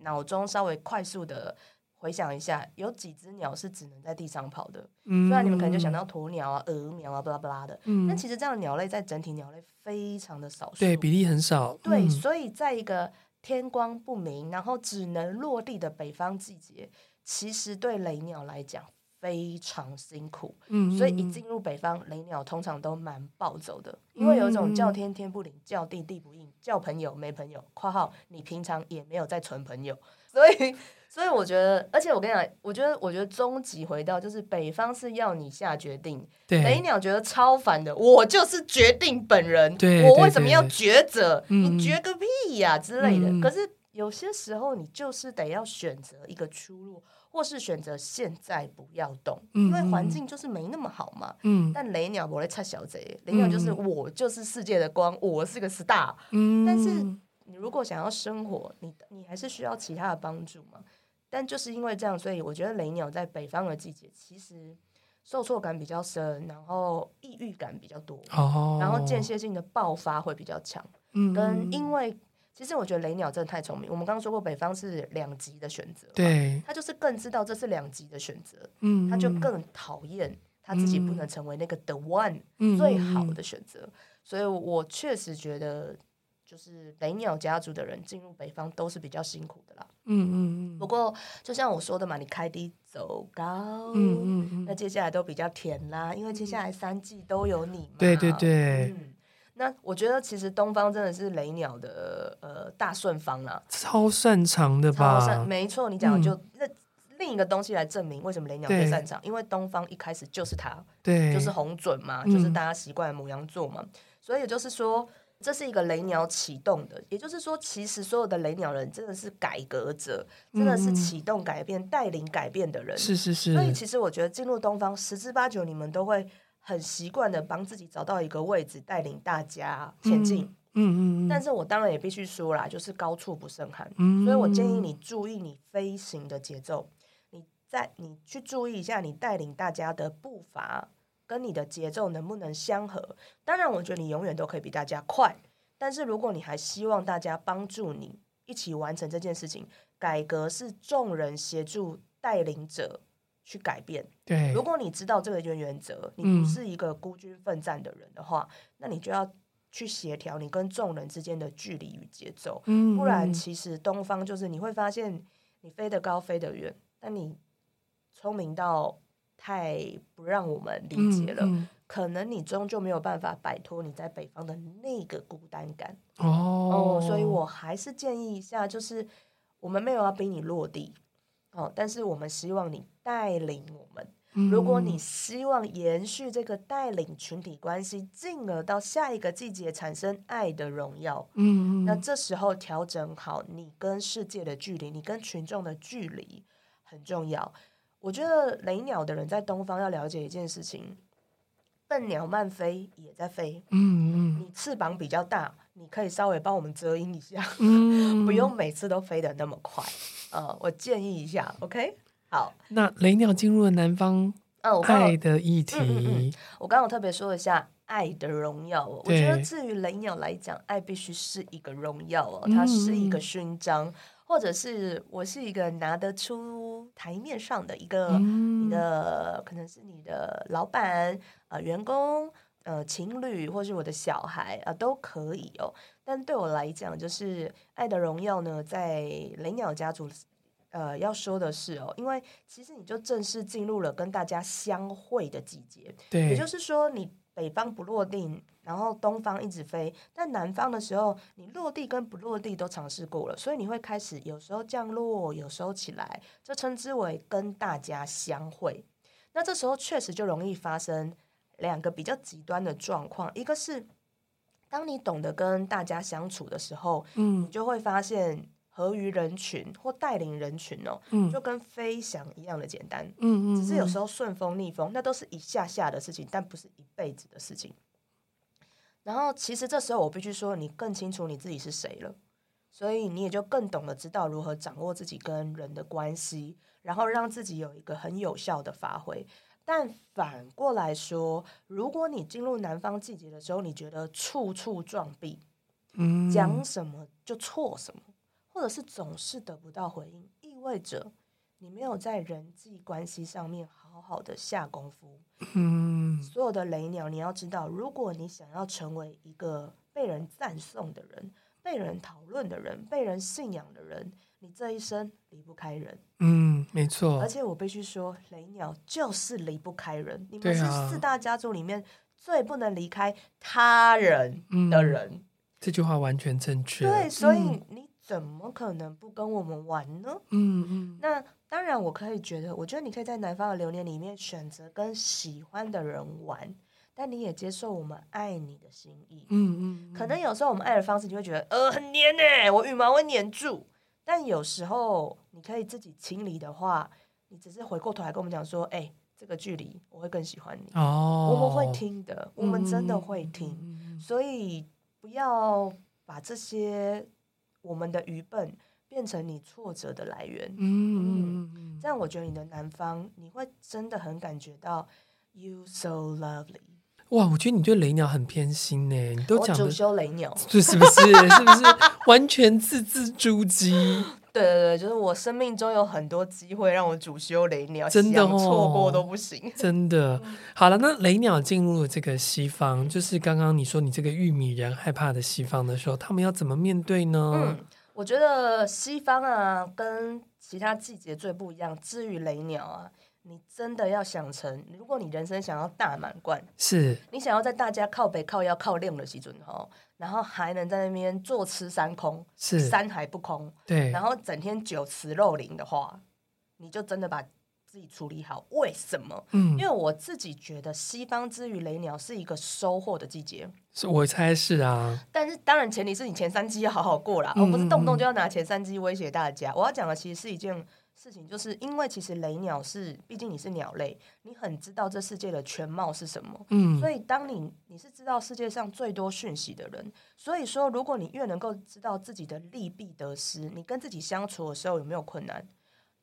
脑中稍微快速的回想一下，有几只鸟是只能在地上跑的。
嗯，
虽然你们可能就想到鸵鸟啊、鹅苗啊、巴拉巴拉的，
嗯，
但其实这样的鸟类在整体鸟类非常的少数，
对比例很少，
对，
嗯
所以在一个天光不明，然后只能落地的北方季节，其实对雷鸟来讲非常辛苦。
嗯，
所以
嗯
一
嗯
进入北方，雷鸟通常都蛮暴走的，因为有一种
嗯
叫天天不灵，叫地地不应，叫朋友没朋友（括号你平常也没有在存朋友）。所以，所以我觉得，而且我跟你讲，我觉得，我觉得终极回到就是北方是要你下决定，雷
对，
鸟觉得超烦的，我就是决定本人，
对
我
对
为什么
对
要
对
抉择？
嗯
你决个屁呀、之类的。
嗯
可是有些时候，你就是得要选择一个出路，或是选择现在不要动，
嗯
因为环
嗯
境就是没那么好嘛。
嗯
但雷鸟不会拆小贼，雷鸟就是我就是世界的光，我是个 star。
嗯，
但是你如果想要生活，你你还是需要其他的帮助嘛。但就是因为这样，所以我觉得雷鸟在北方的季节其实受挫感比较深，然后抑郁感比较多，
哦，
然后间歇性的爆发会比较强。
嗯
跟
嗯
因为其实我觉得雷鸟真的太聪明，我们刚刚说过北方是两极的选择，，
对，
他就是更知道这是两极的选择，
嗯，
他就
嗯
更讨厌他自己不
嗯
能成为那个 the one。最好的选择。所以我确实觉得就是北鸟家族的人进入北方都是比较辛苦的啦。
嗯嗯嗯
不过就像我说的嘛，你开低走高，嗯嗯，
嗯嗯
那
嗯，
接下来都比较甜啦，因为接下来三季都有你嘛。
嗯对对对，
嗯，那我觉得其实东方真的是雷鸟的呃大顺方啦，
超擅长的
超
吧？
擅，没错，你讲的就
嗯
那、另一个东西来证明为什么雷鸟最
对
擅长，因为东方一开始就是它，
对，
就是红准嘛，
嗯
就是大家习惯的母羊座嘛，所以也就是说。这是一个雷鸟启动的，也就是说，其实所有的雷鸟人真的是改革者，真的是
嗯嗯
启动改变、带领改变的人。
是是是
所，以其实我觉得进入东方十之八九，你们都会很习惯的帮自己找到一个位置，带领大家前进。
嗯嗯嗯，
但是我当然也必须说啦，就是高处不胜寒，
嗯
所以我建议你注意你飞行的节奏，你在你去注意一下你带领大家的步伐跟你的节奏能不能相合。当然，我觉得你永远都可以比大家快，但是如果你还希望大家帮助你一起完成这件事情，改革是众人协助带领者去改变。
对
如，果你知道这个原原则，你
嗯
不是一个孤军奋战的人的话，那你就要去协调你跟众人之间的距离与节奏。
嗯
不然，
嗯
其实东方就是你会发现，你飞得高，飞得远，但你聪明到太不让我们理解了，
嗯
可能你终究没有办法摆脱你在北方的那个孤单感。
嗯哦
哦，所以我还是建议一下，就是我们没有要逼你落地哦，但是我们希望你带领我们。如果你
嗯
希望延续这个带领群体关系，进而到下一个季节产生爱的荣耀，
嗯嗯
那
嗯
这时候调整好你跟世界的距离，你跟群众的距离很重要。我觉得雷鸟的人在东方要了解一件事情：笨鸟慢飞也在飞，
嗯嗯
你翅膀比较大，你可以稍微帮我们遮阴一下， <laughs>
嗯
不用每次都飞得那么快。呃，我建议一下，OK？好，
那雷鸟进入了南方
嗯、我帮我
爱的议题，
嗯嗯我刚刚有特别说了一下爱的荣耀哦，我
对
觉得至于雷鸟来讲，爱必须是一个荣耀哦，
嗯
它是一个勋章，或者是我是一个拿得出台面上的一个，
嗯
你的可能是你的老板、呃员工、呃情侣，或是我的小孩啊、呃都可以哦。但对我来讲，就是爱的荣耀呢，在雷鸟家族。呃，要说的是哦，因为其实你就正式进入了跟大家相会的季节，
对，
也就是说，你北方不落定，然后东方一直飞，但南方的时候，你落地跟不落地都尝试过了，所以你会开始有时候降落，有时候起来，这称之为跟大家相会。那这时候确实就容易发生两个比较极端的状况，一个是当你懂得跟大家相处的时候，你
嗯
就会发现合于人群或带领人群哦，
嗯
就跟飞翔一样的简单。
嗯嗯，
只是有时
候
候顺风逆风，那都是一下下的事情，但不是一辈子的事情。然后，其实这时候我必须说，你更清楚你自己是谁了，所以你也就更懂得知道如何掌握自己跟人的关系，然后让自己有一个很有效的发挥。但反过来说，如果你进入南方季节的时候，你觉得处处撞壁，
嗯
讲什么就错什么，或者是总是得不到回应，意味着你没有在人际关系上面好好的下功夫。
嗯
所有的雷鸟，你要知道，如果你想要成为一个被人赞颂的人、被人讨论的人、被人信仰的人，你这一生离不开人。
嗯，没错，
而且我必须说，雷鸟就是离不开人，你
对
们是
啊
四大家族里面最不能离开他人的
嗯
人。
这句话完全正确，嗯
对，所以你怎么可能不跟我们玩呢？
嗯嗯
那当然，我可以觉得，我觉得你可以在南方的流年里面选择跟喜欢的人玩，但你也接受我们爱你的心意。
嗯嗯，
可能有时候我们爱的方式，你会觉得呃很黏呢、我羽毛会黏住。但有时候你可以自己清理的话，你只是回过头来跟我们讲说，哎、这个距离我会更喜欢你，
哦，嗯
我们会，听的，我们真的会听。
听，
所以不要把这些我们的愚笨变成你挫折的来源。
嗯嗯
这样，我觉得你的南方，你会真的很感觉到 you so lovely。
哇，我觉得你对雷鸟很偏心呢，你都
我
讲
主
的。
修雷鸟，
这是不是是不是完全字字珠玑？ <laughs>
对对对，就是我生命中有很多机会让我主修雷鸟，
真的
想
哦
错过都不行。
真的，好了，那雷鸟进入了这个西方，就是刚刚你说你这个玉米人害怕的西方的时候，他们要怎么面对呢？
嗯，我觉得西方啊跟其他季节最不一样。至于雷鸟啊，你真的要想成，如果你人生想要大满贯，
是
你想要在大家靠北靠腰靠练的时准哦，然后还能在那边坐吃山空，
是，
山还不空，
对，
然后整天酒池肉林的话，你就真的把自己处理好。为什么？
嗯
因，为我自己觉得西方之于雷鸟是一个收获的季节，
是我猜是啊，
但是当然前提是你前三季要好好过啦，而、
嗯
不是
嗯
动不动就要拿前三季威胁大家。我要讲的其实是一件事情，就是因为其实雷鸟是，毕竟你是鸟类，你很知道这世界的全貌是什么。
嗯
所，以，当你你是知道世界上最多讯息的人，所以说，如果你越能够知道自己的利弊得失，你跟自己相处的时候有没有困难？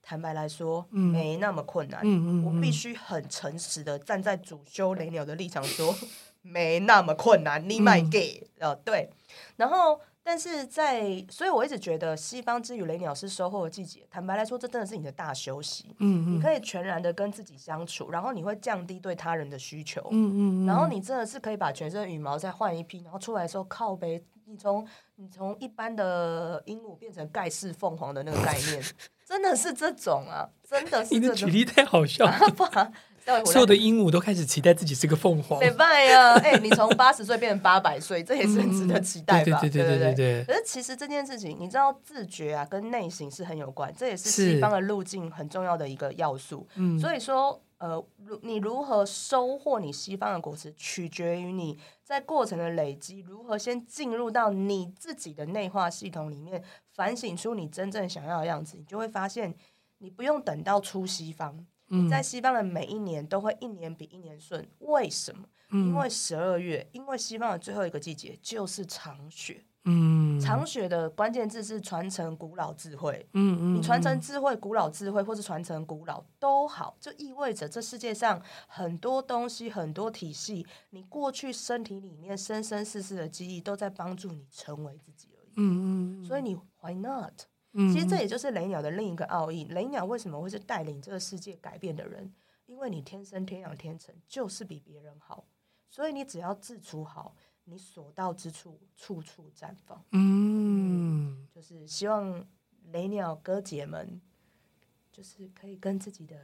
坦白来说，
嗯
没那么困难。
嗯嗯
我必
嗯
须很诚实的站在主修雷鸟的立场说， <laughs> 没那么困难，你买
嗯
给呃对。然后，但是在，所以我一直觉得西方之于雷鸟是收获的季节。坦白来说，这真的是你的大休息。
嗯
你
嗯
可以全然的跟自己相处，然后你会降低对他人的需求。
嗯嗯，
然后你真的是可以把全身羽毛再换一批，然后出来的时候靠背，你从你从一般的鹦鹉变成盖世凤凰的那个概念，真的是这种啊，真的是
你
这
的举
种。
例太好
<laughs>
笑了，
待会回来
所有的鹦鹉都开始期待自己是个凤凰，
没办呀，哎、你从八十岁变成八百岁，这也是很值得期待
对
吧？
嗯对对
对
对
对。
对
可是其实这件事情，你知道自觉啊跟内省是很有关，这也是
是
西方的路径很重要的一个要素。
嗯
所以说，呃，如你如何收获你西方的果实，取决于你在过程的累积，如何先进入到你自己的内化系统里面，反省出你真正想要的样子，你就会发现，你不用等到出西方，
嗯
在西方的每一年都会一年比一年顺。为什么？因为十二月，因为西方的最后一个季节就是长雪。
嗯
长雪的关键字是传承古老智慧，
嗯嗯，
你传承智慧、古老智慧，或是传承古老都好，就意味着这世界上很多东西、很多体系，你过去身体里面生生世世的记忆，都在帮助你成为自己而已。
嗯嗯，嗯
所以你 why not？
以
其实这也就是雷鸟的另一个奥义。雷鸟为什么会是带领这个世界改变的人？因为你天生天养天成，就是比别人好，所以你只要自处好，你所到之处处处绽放。
嗯。
就是希望雷鸟哥姐们，就是可以跟自己的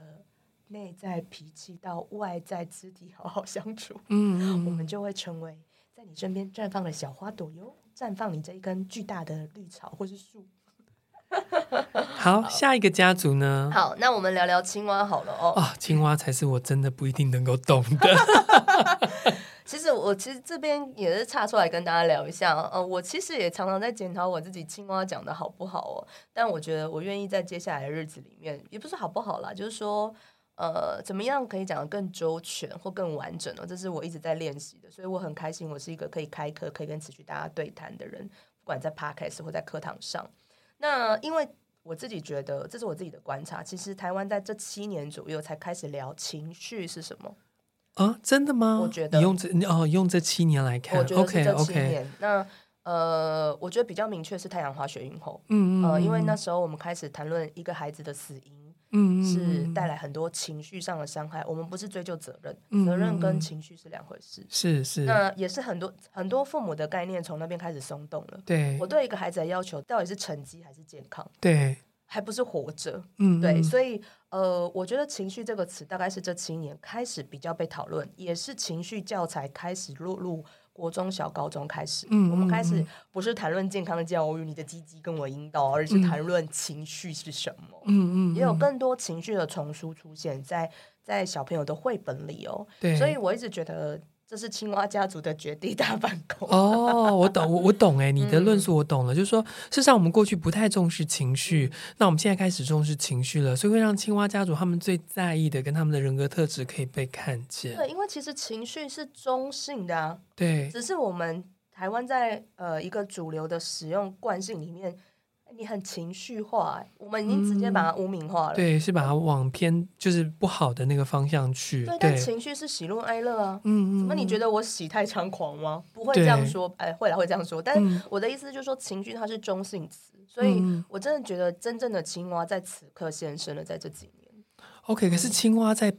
内在脾气到外在肢体好好相处，
嗯，
我们就会成为在你身边绽放的小花朵哟，绽放你这一根巨大的绿草或是树。
好，下一个家族呢？
好，那我们聊聊青蛙好了哦。
啊、青蛙才是我真的不一定能够懂的。 <laughs>
其实我其实这边也是岔出来跟大家聊一下，呃，我其实也常常在检讨我自己青蛙讲的好不好哦，但我觉得我愿意在接下来的日子里面，也不是好不好啦，就是说，呃，怎么样可以讲得更周全或更完整哦，这是我一直在练习的，所以我很开心，我是一个可以开课、可以跟持续大家对谈的人，不管在 podcast 或在课堂上。那因为我自己觉得，这是我自己的观察，其实台湾在这七年左右才开始聊情绪是什么。
啊，真的吗？
我觉得
你用这你哦，用这七年来看
我觉得是
，OK
这七
OK，
年。那呃，我觉得比较明确是太阳花学运后，
嗯
呃，因为那时候我们开始谈论一个孩子的死因
嗯
是带
来
来很多情绪上的伤害，我们不是追究责
嗯
任，
嗯
责任
嗯
跟情绪是两回事。
是是，
那也是很多很多父母的概念从那边开始松动了。
对
我对一个孩子的要求到底是成绩还是健康，
对，
还不是活着？
嗯
对，
嗯
所以呃，我觉得“情绪”这个词大概是这七年开始比较被讨论，也是情绪教材开始落入国中小、高中开始。
嗯
我们开
嗯
始
嗯
不是谈论健康的教育，你的鸡鸡跟我引导，而是谈论情绪是什么。
嗯嗯嗯，
也有
嗯
更多情绪的丛书出现在在小朋友的绘本里哦，
对，
所以我一直觉得这是青蛙家族的绝地大反攻。
哦，我懂，我我懂哎，你的
嗯
论述我懂了，就是说，事实上我们过去不太重视情
嗯
绪，那我们现在开始重视情绪了，所以会让青蛙家族他们最在意的跟他们的人格特质可以被看见。
对，因为其实情绪是中性的啊，
对，
只是我们台湾在呃一个主流的使用惯性里面，你很情绪化、欸，我们已经直接把它污名化了。
嗯对，是把它往偏就是不好的那个方向去。
对，
对
但，情绪是喜怒哀乐啊。
嗯
怎么你觉
得？
得我喜太猖狂吗？不会这样
对
说，哎，会啦，会这样说。但
嗯
我的意思就是说，情绪它是中性词，所以
嗯嗯
我真的觉得真正的青蛙在此刻现身了，在这几年。
OK，可是青蛙在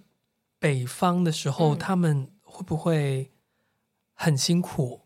北方的时候，
嗯
他们会不会很辛苦？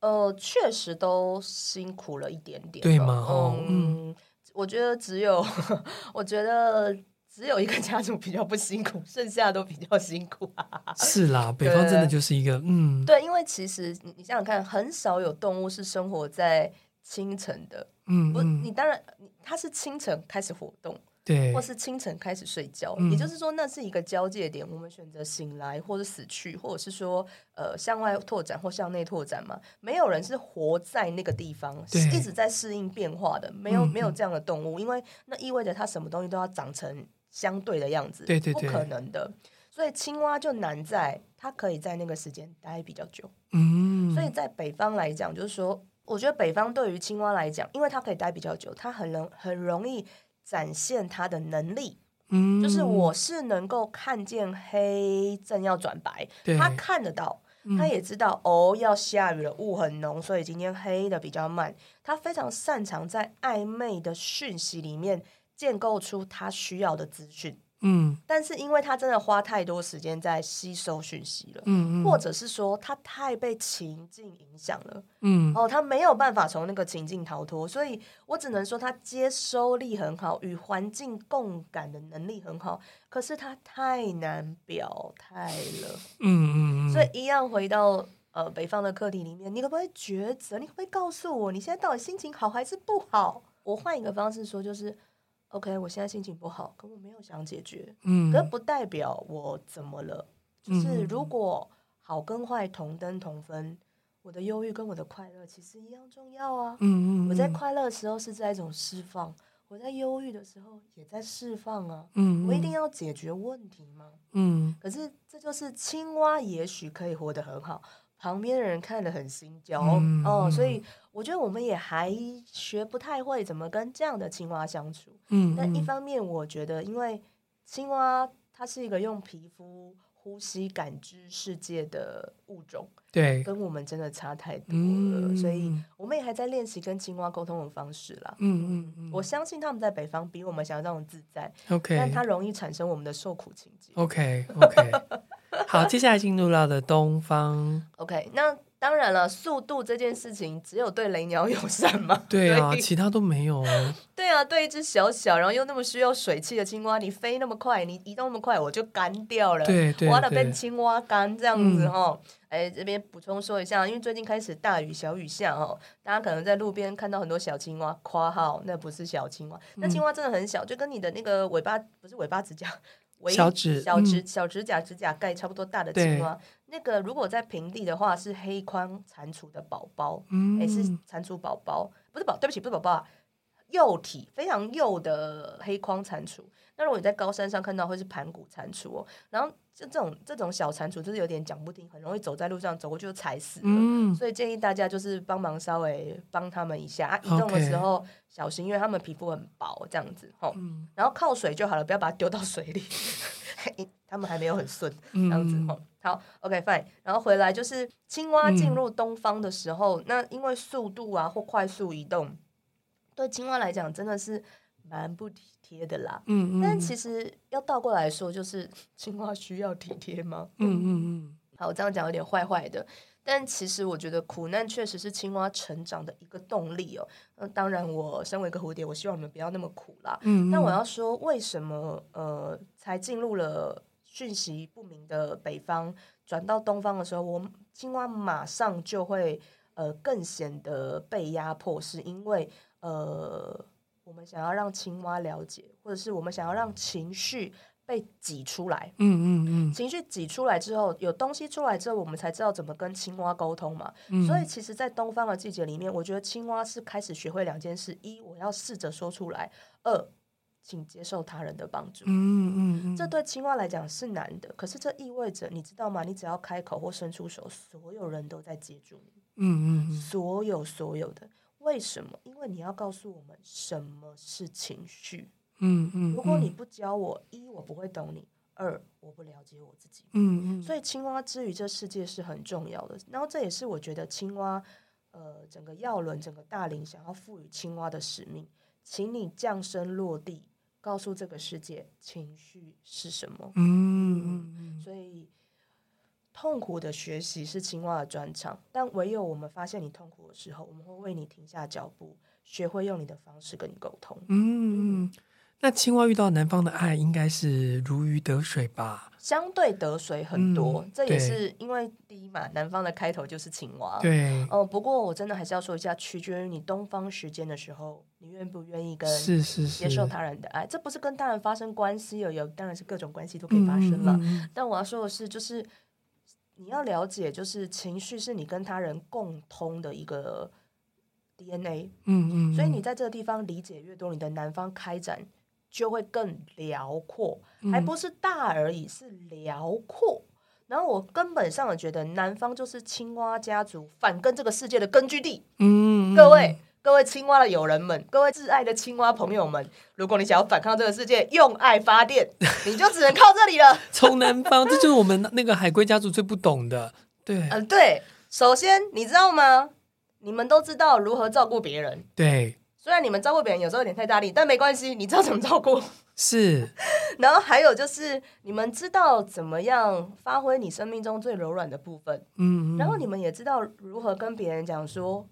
呃，确实都辛苦了一点点，
对吗哦
嗯，我觉得只有， <laughs> 我觉得只有一个家族比较不辛苦，剩下都比较辛苦啊。 <laughs>
是啦，北方真的就是一个嗯，
对，因为其实你你想想看，很少有动物是生活在清晨的，
嗯
不，你
嗯，
当然你它是清晨开始活动，
对
或，是清晨开始睡觉，
嗯
也就是说那是一个交界点，我们选择醒来或者死去，或者是说呃向外拓展或向内拓展嘛。没有人是活在那个地方，是
对
一直在适应变化的，没有
嗯
没有
嗯
这样的动物，因为那意味着它什么东西都要长成相对的样子，
对对
不
对
可能的。所以青蛙就难在它可以在那个时间待比较久。
嗯，
所以在北方来讲，就是说，我觉得北方对于青蛙来讲，因为它可以待比较久，它很容很容易展现它的能力。
嗯，
就是我是能够看见黑正要转白，
对嗯
它看得到，它也知道、哦要下雨了，雾很浓，所以今天黑的比较慢。它非常擅长在暧昧的讯息里面建构出它需要的资讯。
嗯
但是因为它真的花太多时间在吸收讯息了，
嗯嗯，
或者是说他太被情境影响了，
嗯
哦，他没有办法从那个情境逃脱，所以我只能说他接收力很好，与环境共感的能力很好，可是他太难表态了，
嗯嗯，
所以一样回到。呃，北方的课题里面，你可不可以抉择？你可不可以告诉我，你现在到底心情好还是不好？我换一个方式说，就是，OK，我现在心情不好，可我没有想解决，
嗯，
可不代表我怎么了。就是
嗯
如果好跟坏同登同分，我的忧郁跟我的快乐其实一样重要啊。
嗯嗯，
我在快乐的时候是在一种释放，我在忧郁的时候也在释放啊。
嗯，
我一定要解决问题吗？
嗯
可是这就是青蛙，也许可以活得很好，旁边的人看得很心焦、
嗯
哦。
嗯
所以我觉得我们也还学不太会怎么跟这样的青蛙相处。
嗯，
但一方面，我觉得因为青蛙它是一个用皮肤呼吸感知世界的物种，
对，
跟我们真的差太多了，
嗯，
所以我们也还在练习跟青蛙沟通的方式啦。
嗯嗯嗯，
我相信他们在北方比我们想象中自在，
OK，
但它容易产生我们的受苦情节。
OK
<laughs>
OK，好，接下来进入到的东方，
OK，那当然了，速度这件事情只有对雷鸟友善嘛？
对啊，
对
其他都没有哦，
<laughs> 对啊，对一只小小然后又那么需要水汽的青蛙，你飞那么快，你移动那么快，我就干掉了。
对对
我要被
对，
青蛙干这样子
嗯
哦。哎、这边补充说一下，因为最近开始大雨小雨下哦，大家可能在路边看到很多小青蛙，括号那不是小青蛙，
嗯
那青蛙真的很小，就跟你的那个尾巴不是尾巴
<laughs>
指甲。尾
小指嗯
小指、小指甲指甲盖差不多大的青蛙，那个如果在平地的话是黑框蟾蜍的宝宝，
嗯
哎、是蟾蜍宝宝，不是宝，对不起，不是宝宝、啊，幼体非常幼的黑框蟾蜍。那如果你在高山上看到，会是盘古蟾蜍哦。然后这这种这种小蟾蜍就是有点讲不听，很容易走在路上走过去就踩死了。
嗯
所以建议大家就是帮忙稍微帮他们一下啊，移动的时候小心，因为他们皮肤很薄这样子吼。
嗯
然后靠水就好了，不要把它丢到水里， <laughs> 他们还没有很顺。
嗯
这样子吼。好，OK fine。然后回来就是青蛙
嗯
进入东方的时候，那因为速度啊或快速移动，对青蛙来讲真的是蛮不体贴的啦。
嗯嗯，
但其实要倒过来说，就是青蛙需要体贴吗？
嗯嗯
好，我这样讲有点坏坏的，但其实我觉得苦难确实是青蛙成长的一个动力哦。那当然，我身为一个蝴蝶，我希望你们不要那么苦啦。
嗯，
但我要说，为什么呃，才进入了讯息不明的北方，转到东方的时候，我青蛙马上就会呃更显得被压迫，是因为呃，我们想要让青蛙了解，或者是我们想要让情绪被挤出来。
嗯嗯
情绪挤出来之后，有东西出来之后，我们才知道怎么跟青蛙沟通嘛。
嗯，
所以其实，在东方的季节里面，我觉得青蛙是开始学会两件事：一，我要试着说出来；二，请接受他人的帮助。
嗯嗯嗯，
这对青蛙来讲是难的，可是这意味着，你知道吗？你只要开口或伸出手，所有人都在接住你，
嗯嗯
所有所有的。为什么？因为你要告诉我们什么是情绪。
嗯嗯，
如果你
嗯
不教我，一我不会懂你，二我不了解我自己。
嗯嗯，
所以青蛙之于这世界是很重要的。然后这也是我觉得青蛙，呃，整个药轮、整个大林想要赋予青蛙的使命，请你降生落地，告诉这个世界情绪是什么。
嗯嗯嗯
所以，痛苦的学习是青蛙的专长，但唯有我们发现你痛苦的时候，我们会为你停下脚步，学会用你的方式跟你沟通。
嗯嗯，那青蛙遇到南方的爱，应该是如鱼得水吧？
相对得水很多，
嗯
这也
对
是因为第一嘛，南方的开头就是青蛙。
对，
哦，不过我真的还是要说一下，取决于你东方时间的时候，你愿不愿意跟
是是是，
接受他人的爱。这不是跟他人发生关系而已，当然是各种关系都可以发生了。
嗯。嗯嗯
但我要说的是，就是你要了解，就是情绪是你跟他人共通的一个 DNA，
嗯嗯，
所以你在这个地方理解越多，你的南方开展就会更辽阔。
嗯
还不是大而已，是辽阔。然后我根本上的觉得，南方就是青蛙家族反跟这个世界的根据地。
嗯，嗯
各位，各位青蛙的友人们，各位挚爱的青蛙朋友们，如果你想要反抗这个世界，用爱发电，你就只能靠这里了。
从南方，这就是我们那个海龟家族最不懂的，对
嗯，对，首先你知道吗？你们都知道如何照顾别人，
对
虽然你们照顾别人有时候有点太大力，但没关系，你知道怎么照顾。
是，
然后还有就是，你们知道怎么样发挥你生命中最柔软的部分。
嗯，嗯
然后你们也知道如何跟别人讲说：“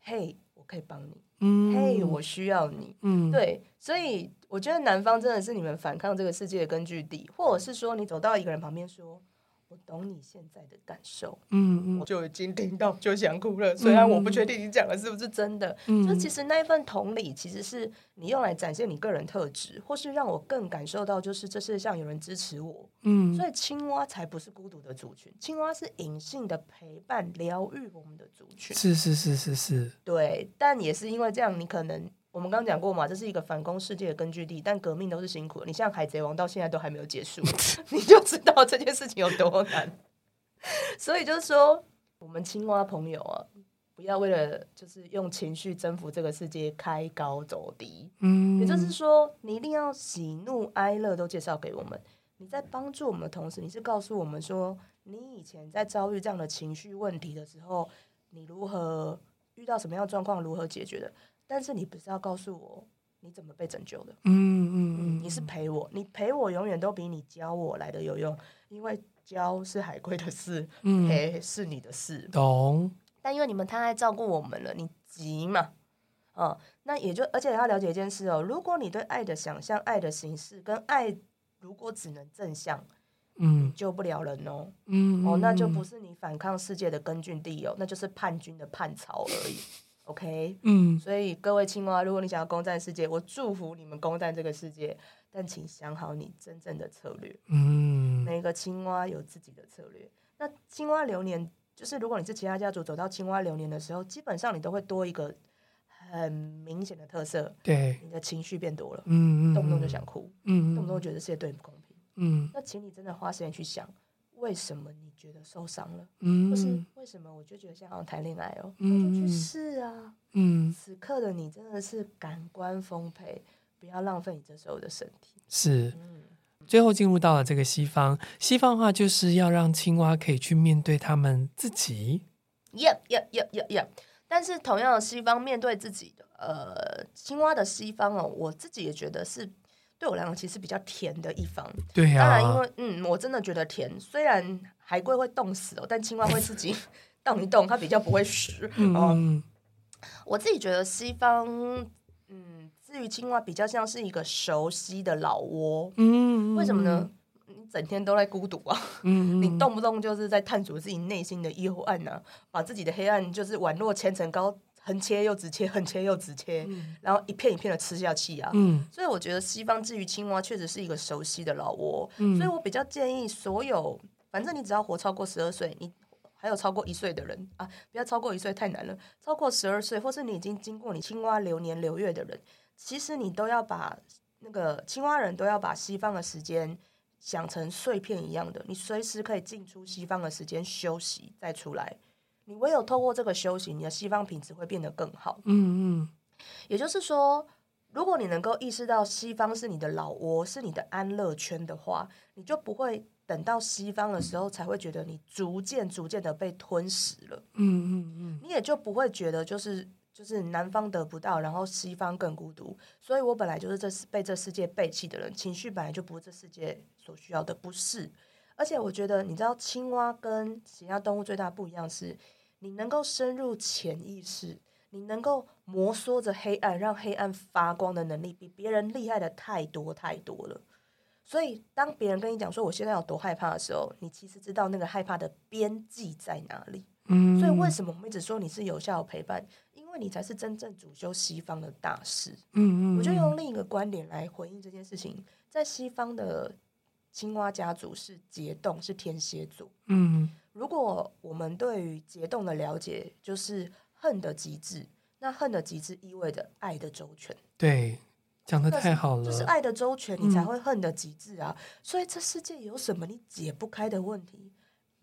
嘿，我可以帮你，
嗯
嘿，我需要你。
嗯”
对，所以我觉得南方真的是你们反抗这个世界的根据地，或者是说你走到一个人旁边说：“我懂你现在的感受。”
嗯
我
嗯
就已经听到就想哭了，虽然我不确定你讲的是不是真的，
嗯
就其实那一份同理，其实是你用来展现你个人特质，或是让我更感受到，就是这世界上有人支持我，
嗯，
所以青蛙才不是孤独的族群，青蛙是隐性的陪伴、疗愈我们的族群。
是是是是是，
对，但也是因为这样，你可能我们刚刚讲过嘛，这是一个反攻世界的根据地，但革命都是辛苦的。你像海贼王到现在都还没有结束，你就知道这件事情有多难。所以就是说，我们青蛙朋友啊，不要为了就是用情绪征服这个世界，开高走低。
嗯，
也就是说，你一定要喜怒哀乐都介绍给我们。你在帮助我们的同时，你是告诉我们说，你以前在遭遇这样的情绪问题的时候，你如何遇到什么样的状况，如何解决的。但是你不是要告诉我你怎么被拯救的，
嗯嗯嗯，
你是陪我，你陪我永远都比你教我来的有用，因为教是海龟的事，
嗯
陪是你的事。
懂，
但因为你们太爱照顾我们了，你急嘛，嗯，那也就而且要了解一件事哦，如果你对爱的想象、爱的形式跟爱如果只能正向，
嗯
救不了人哦，
嗯
哦，那就不
嗯
是你反抗世界的根据地哦，那就是叛军的叛巢而已。OK，
嗯
所以各位青蛙，如果你想要攻占世界，我祝福你们攻占这个世界，但请想好你真正的策略。
嗯
每个青蛙有自己的策略。那青蛙流年，就是如果你是其他家族走到青蛙流年的时候，基本上你都会多一个很明显的特色，
对，
你的情绪变多了，
嗯嗯，
动不动就想哭，
嗯，嗯
动不动觉得世界对你不公平。
嗯
那请你真的花时间去想，为什么你觉得受伤了，或是
嗯
为什么我就觉得现在好像谈恋爱哦，
嗯
那就去试啊。
嗯
此刻的你真的是感官丰沛，不要浪费你这时候的身体。
是。
嗯，
最后进入到了这个西方，西方的话就是要让青蛙可以去面对他们自己。
Yep, yep, yep, yep, yep. 但是同样的，西方面对自己的呃青蛙的西方哦，我自己也觉得是对我来讲其实比较甜的一方。
对呀、
当然，因为嗯，我真的觉得甜，虽然海龟会冻死哦，但青蛙会自己动一动，它比较不会死。哦，
嗯
我自己觉得西方嗯，至于青蛙比较像是一个熟悉的老窝，
嗯，
为什么呢？你整天都在孤独啊。
嗯？嗯，
你动不动就是在探索自己内心的幽暗呐、啊把自己的黑暗就是宛若千层糕，横切又直切，横切又直切，然后一片一片的吃下去啊。
嗯，
所以我觉得西方之于青蛙确实是一个熟悉的老窝，
嗯
所以我比较建议所有，反正你只要活超过十二岁，你还有超过一岁的人啊，不要超过一岁太难了，超过十二岁，或是你已经经过你青蛙流年流月的人，其实你都要把那个青蛙人都要把西方的时间想成碎片一样的，你随时可以进出西方的时间休息再出来。你唯有透过这个修行，你的西方品质会变得更好。
嗯嗯
也就是说，如果你能够意识到西方是你的老窝，是你的安乐圈的话，你就不会等到西方的时候才会觉得你逐渐逐渐的被吞噬了，
嗯嗯嗯
你也就不会觉得就是。就是南方得不到，然后西方更孤独，所以我本来就是这世被这世界背弃的人，情绪本来就不是这世界所需要的，不是。而且我觉得，你知道青蛙跟其他动物最大不一样是，你能够深入潜意识，你能够摩挲着黑暗，让黑暗发光的能力比别人厉害的太多太多了。所以，当别人跟你讲说我现在有多害怕的时候，你其实知道那个害怕的边际在哪里。
嗯，
所以，为什么我们一直说你是有效的陪伴？因为你才是真正主修西方的大师。
嗯嗯，
我就用另一个观点来回应这件事情，在西方的青蛙家族是结冻，是天蝎座。
嗯
如果我们对于结冻的了解就是恨的极致，那恨的极致意味着爱的周全，
对讲的太好了，
就是爱的周全，
嗯
你才会恨的极致啊！所以这世界有什么你解不开的问题？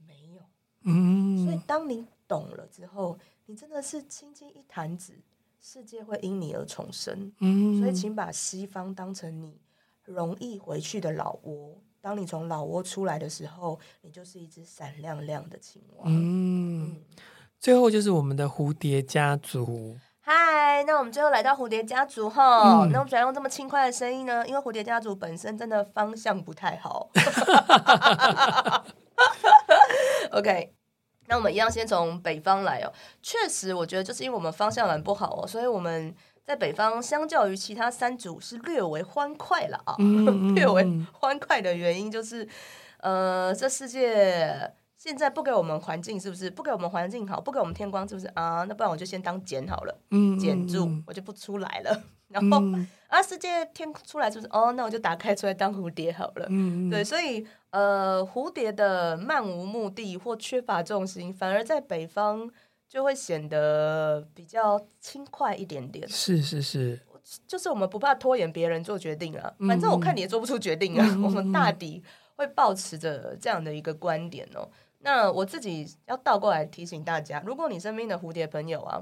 没有。
嗯，
所以当你懂了之后，你真的是轻轻一弹指，世界会因你而重生。
嗯，
所以，请把西方当成你容易回去的老窝。当你从老窝出来的时候，你就是一只闪亮亮的青蛙。
嗯，
嗯
最后就是我们的蝴蝶家族，
嗨，那我们最后来到蝴蝶家族哈、
嗯
那我们想用这么轻快的声音呢？因为蝴蝶家族本身真的方向不太好。OK，那我们一样先从北方来哦。确实，我觉得就是因为我们方向蛮不好哦，所以我们在北方相较于其他三组是略为欢快了啊、 <laughs>
嗯嗯
略为
嗯
欢快的原因就是，呃，这世界现在不给我们环境，是不是？不给我们环境好，不给我们天光，是不是啊？那不然我就先当茧好了，
嗯，
茧住
嗯，
我就不出来了。然后、
嗯
啊，世界天出来是不是？哦，那我就打开出来当蝴蝶好了。
嗯，
对，所以呃，蝴蝶的漫无目的或缺乏重心，反而在北方就会显得比较轻快一点点。
是是是，
就是我们不怕拖延别人做决定啊，
嗯
反正我看你也做不出决定啊，
嗯
我们大抵会保持着这样的一个观点哦。那我自己要倒过来提醒大家，如果你身边的蝴蝶朋友啊，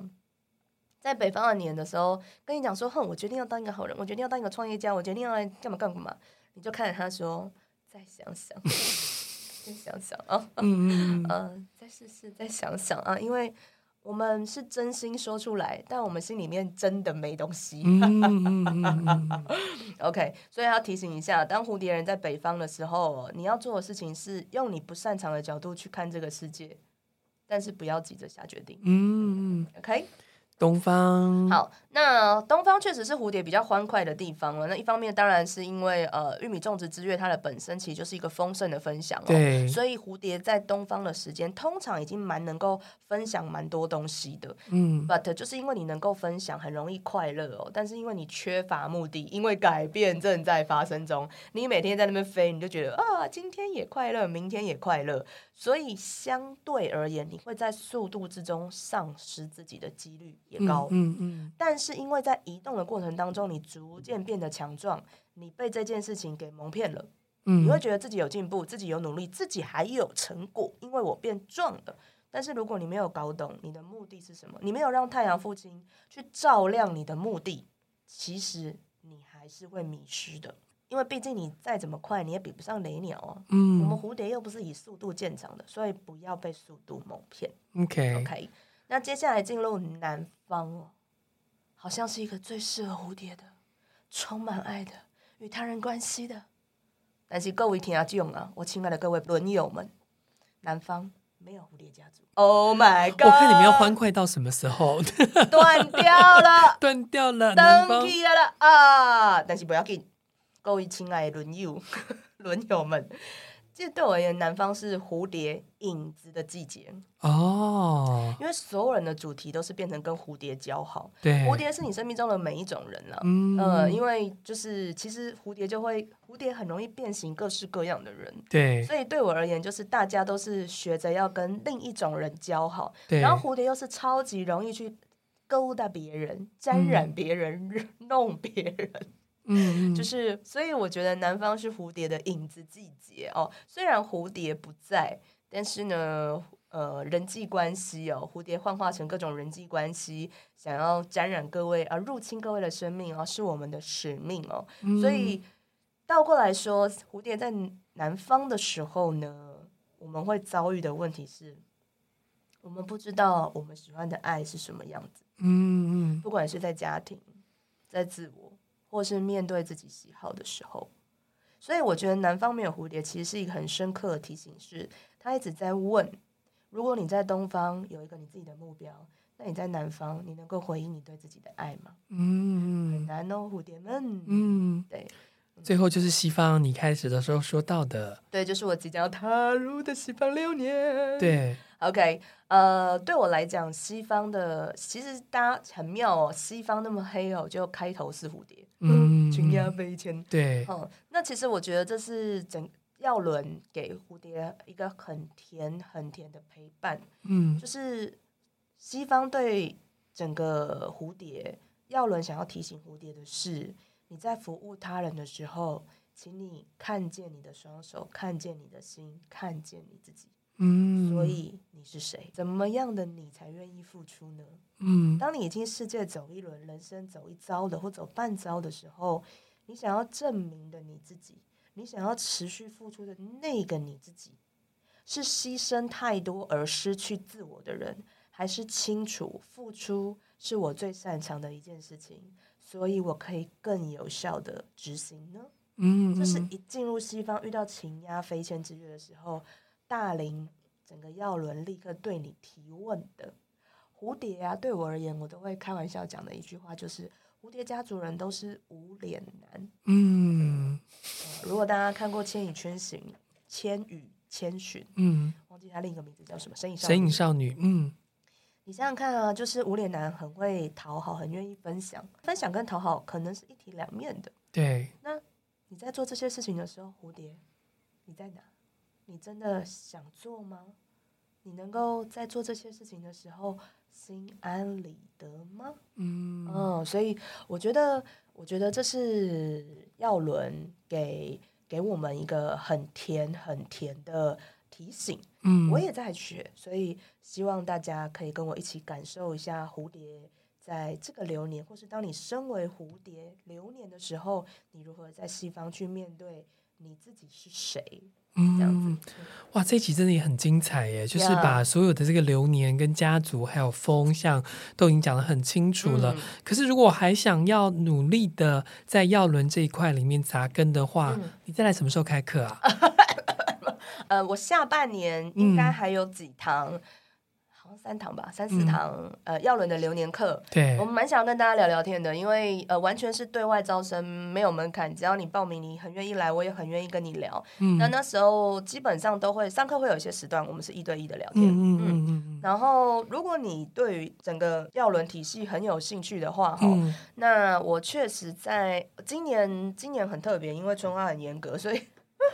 在北方的年的时候跟你讲说，哼，我决定要当一个好人，我决定要当一个创业家，我决定要来干嘛干嘛，你就看着他说，再想想， <laughs> 再想想啊，
嗯嗯嗯
嗯，再试试，再想想啊，因为我们是真心说出来，但我们心里面真的没东西。
嗯嗯嗯嗯
OK，所以要提醒一下，当蝴蝶人在北方的时候，你要做的事情是用你不擅长的角度去看这个世界，但是不要急着下决定。
嗯嗯，
OK，
东方，
好，那东方确实是蝴蝶比较欢快的地方了。那一方面当然是因为呃，玉米种植之月它的本身其实就是一个丰盛的分享哦，
对，
所以蝴蝶在东方的时间通常已经蛮能够分享蛮多东西的。
嗯
But 就是因为你能够分享，很容易快乐哦。但是因为你缺乏目的，因为改变正在发生中，你每天在那边飞，你就觉得啊，今天也快乐，明天也快乐，所以相对而言，你会在速度之中丧失自己的几率也高。
嗯嗯
但是因为在移动的过程当中，你逐渐变得强壮，你被这件事情给蒙骗了。
嗯，
你会觉得自己有进步，自己有努力，自己还有成果，因为我变壮了。但是如果你没有搞懂你的目的是什么，你没有让太阳父亲去照亮你的目的，其实你还是会迷失的。因为毕竟你再怎么快，你也比不上雷鸟啊。我们
嗯
蝴蝶又不是以速度见长的，所以不要被速度蒙骗。
，OK，
OK，那接下来进入南方哦，好像是一个最适合蝴蝶的，充满爱的，与他人关系的。但是各位听众啊，我亲爱的各位轮友们，南方没有蝴蝶家族。Oh my god！
<gasps> 我看你们要欢快到什么时候？，
断掉了
断掉了，南
登
方，
起来了啊！但是不要紧，各位亲爱的轮友、 <laughs> 轮友们，这对我而言，南方是蝴蝶影子的季节，
哦，
因为所有人的主题都是变成跟蝴蝶交好。
对，
蝴，蝶是你生命中的每一种人了、
哎嗯
呃，因为就是其实蝴蝶就会，蝴蝶很容易变形各式各样的人，
对
所以对我而言，就是大家都是学着要跟另一种人交好，
对，
然后蝴蝶又是超级容易去勾搭别人、沾
嗯
染别人、弄别人，
嗯嗯，
就是所以我觉得南方是蝴蝶的影子季节哦。虽然蝴蝶不在，但是呢，呃人际关系哦，蝴蝶幻化成各种人际关系，想要沾染各位呃入侵各位的生命哦，是我们的使命哦。所
嗯
以倒过来说，蝴蝶在南方的时候呢，我们会遭遇的问题是，我们不知道我们喜欢的爱是什么样子，
嗯嗯
不管是在家庭、在自我，或是面对自己喜好的时候。所以我觉得南方没有蝴蝶，其实是一个很深刻的提醒是，他一直在问：如果你在东方有一个你自己的目标，那你在南方，你能够回应你对自己的爱吗？很
嗯嗯
难哦，蝴蝶们。
嗯，
对
最后就是西方，你开始的时候说到的，
对，就是我即将要踏入的西方流年。
对，
OK，呃，对我来讲，西方的其实大家很妙哦，西方那么黑哦，就开头是蝴蝶，
嗯
群鸦飞迁。
对，
嗯，那其实我觉得这是整耀伦给蝴蝶一个很甜很甜的陪伴，
嗯
就是西方对整个蝴蝶，耀伦想要提醒蝴蝶的是，你在服务他人的时候，请你看见你的双手，看见你的心，看见你自己。
嗯，
所以你是谁？怎么样的你才愿意付出呢？
嗯
当你已经世界走一轮，人生走一遭的或走半遭的时候，你想要证明的你自己，你想要持续付出的那个你自己，是牺牲太多而失去自我的人，还是清楚付出是我最擅长的一件事情，所以我可以更有效的执行呢？
嗯，
就是一进入西方，遇到秦压飞迁之月的时候，大林整个耀伦立刻对你提问的。蝴蝶啊，对我而言，我都会开玩笑讲的一句话就是：蝴蝶家族人都是无脸男。
嗯
呃如果大家看过《千与千寻》，《千与千寻》，
嗯，
忘记他另一个名字叫什么，《神隐少女
神隐少女，嗯
你想想看啊，就是无脸男很会讨好，很愿意分享，分享跟讨好可能是一体两面的。
对，
你在做这些事情的时候，蝴蝶，你在哪？你真的想做吗？你能够在做这些事情的时候心安理得吗？
嗯
嗯，所以我觉得，我觉得这是耀伦给给我们一个很甜很甜的提醒。
嗯，
我也在学，所以希望大家可以跟我一起感受一下蝴蝶在这个流年，或是当你身为蝴蝶流年的时候，你如何在西方去面对你自己是谁这样子。
嗯，哇，这一集真的也很精彩耶！就是
Yeah
把所有的这个流年、跟家族还有风向都已经讲得很清楚了。
嗯
可是如果还想要努力的在耀伦这一块里面扎根的话，
嗯
你再来什么时候开课啊？
呃，我下半年应该还有几堂，好像三堂吧，三四
嗯
堂、呃耀伦的流年课。
对
我，们蛮想跟大家聊聊天的，因为呃，完全是对外招生，没有门槛，只要你报名，你很愿意来，我也很愿意跟你聊。
嗯
那那时候基本上都会上课会有一些时段，我们是一对一的聊
嗯
天。
嗯嗯嗯
然后，如果你对于整个药轮体系很有兴趣的话，哈、
嗯
那我确实在今年，今年很特别，因为春花很严格，所以 <laughs>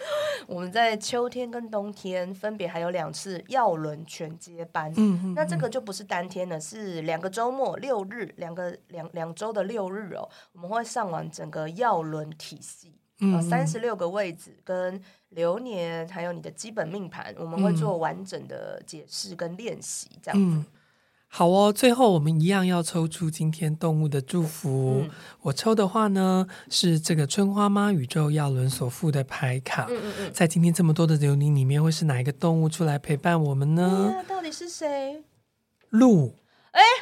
我们在秋天跟冬天分别还有两次药轮全接班。
嗯嗯，
那这个就不是单天了，是两个周末六日，两个两两周的六日哦，我们会上完整个药轮体系。
嗯
呃，三十六个位置跟流年，还有你的基本命盘，我们会
嗯
做完整的解释跟练习，这样子。
嗯。好哦，最后我们一样要抽出今天动物的祝福。
嗯
我抽的话呢，是这个春花妈宇宙耀伦所附的牌卡。
嗯嗯嗯。
在今天这么多的流年里面，会是哪一个动物出来陪伴我们呢？
那、到底是谁？
鹿，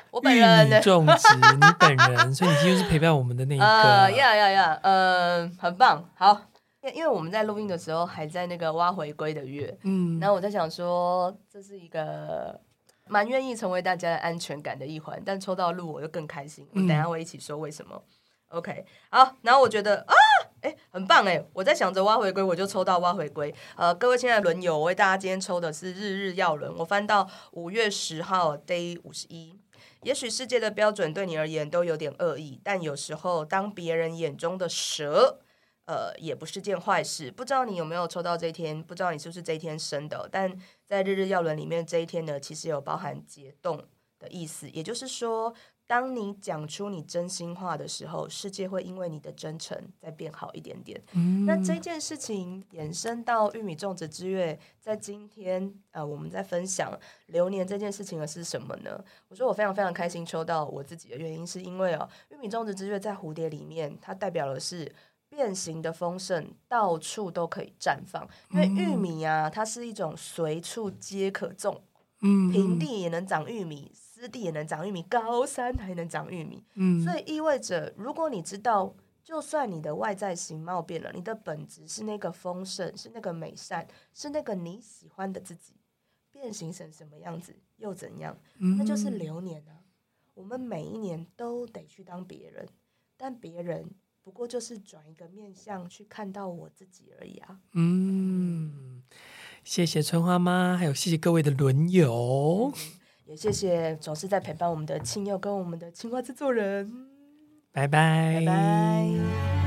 我
玉
本人 <laughs> 呢
米？种植，你本人，所以你今天是陪伴我们的那一
呃，
个。
呀呀呀，呃，很棒，好。因因为我们在录音的时候还在那个挖回归的月，
嗯
然后我在想说，这是一个蛮愿意成为大家的安全感的一环，但抽到鹿我就更开心。我
嗯
等一下会一起说为什么。OK，好，然后我觉得啊，哎，很棒哎！我在想着挖回归，我就抽到挖回归。呃，各位亲爱的轮友，我为大家今天抽的是日日要轮，我翻到五月十号 Day 五十一。也许世界的标准对你而言都有点恶意，但有时候当别人眼中的蛇呃，也不是件坏事。不知道你有没有抽到这一天，不知道你是不是这一天生的哦，但在日日要轮里面这一天呢，其实有包含解冻的意思，也就是说，当你讲出你真心话的时候，世界会因为你的真诚再变好一点点。
嗯
那这件事情延伸到玉米种植之月，在今天呃，我们在分享流年这件事情的是什么呢？我说我非常非常开心抽到我自己的原因，是因为哦，玉米种植之月在蝴蝶里面，它代表的是。变形的丰盛，到处都可以绽放。因为玉米啊，它是一种随处皆可种，
嗯
平，地也能长玉米，湿地也能长玉米，高山还能长玉米。
嗯
所以意味着，如果你知道，就算你的外在形貌变了，你的本质是那个丰盛，是那个美善，是那个你喜欢的自己，变形成什么样子又怎样？
嗯
那就是流年啊。我们每一年都得去当别人，但别人不过就是转一个面向去看到我自己而已啊。
嗯，谢谢春花妈，还有谢谢各位的轮友，
也谢谢总是在陪伴我们的亲友跟我们的青蛙制作人。
拜拜，
拜拜。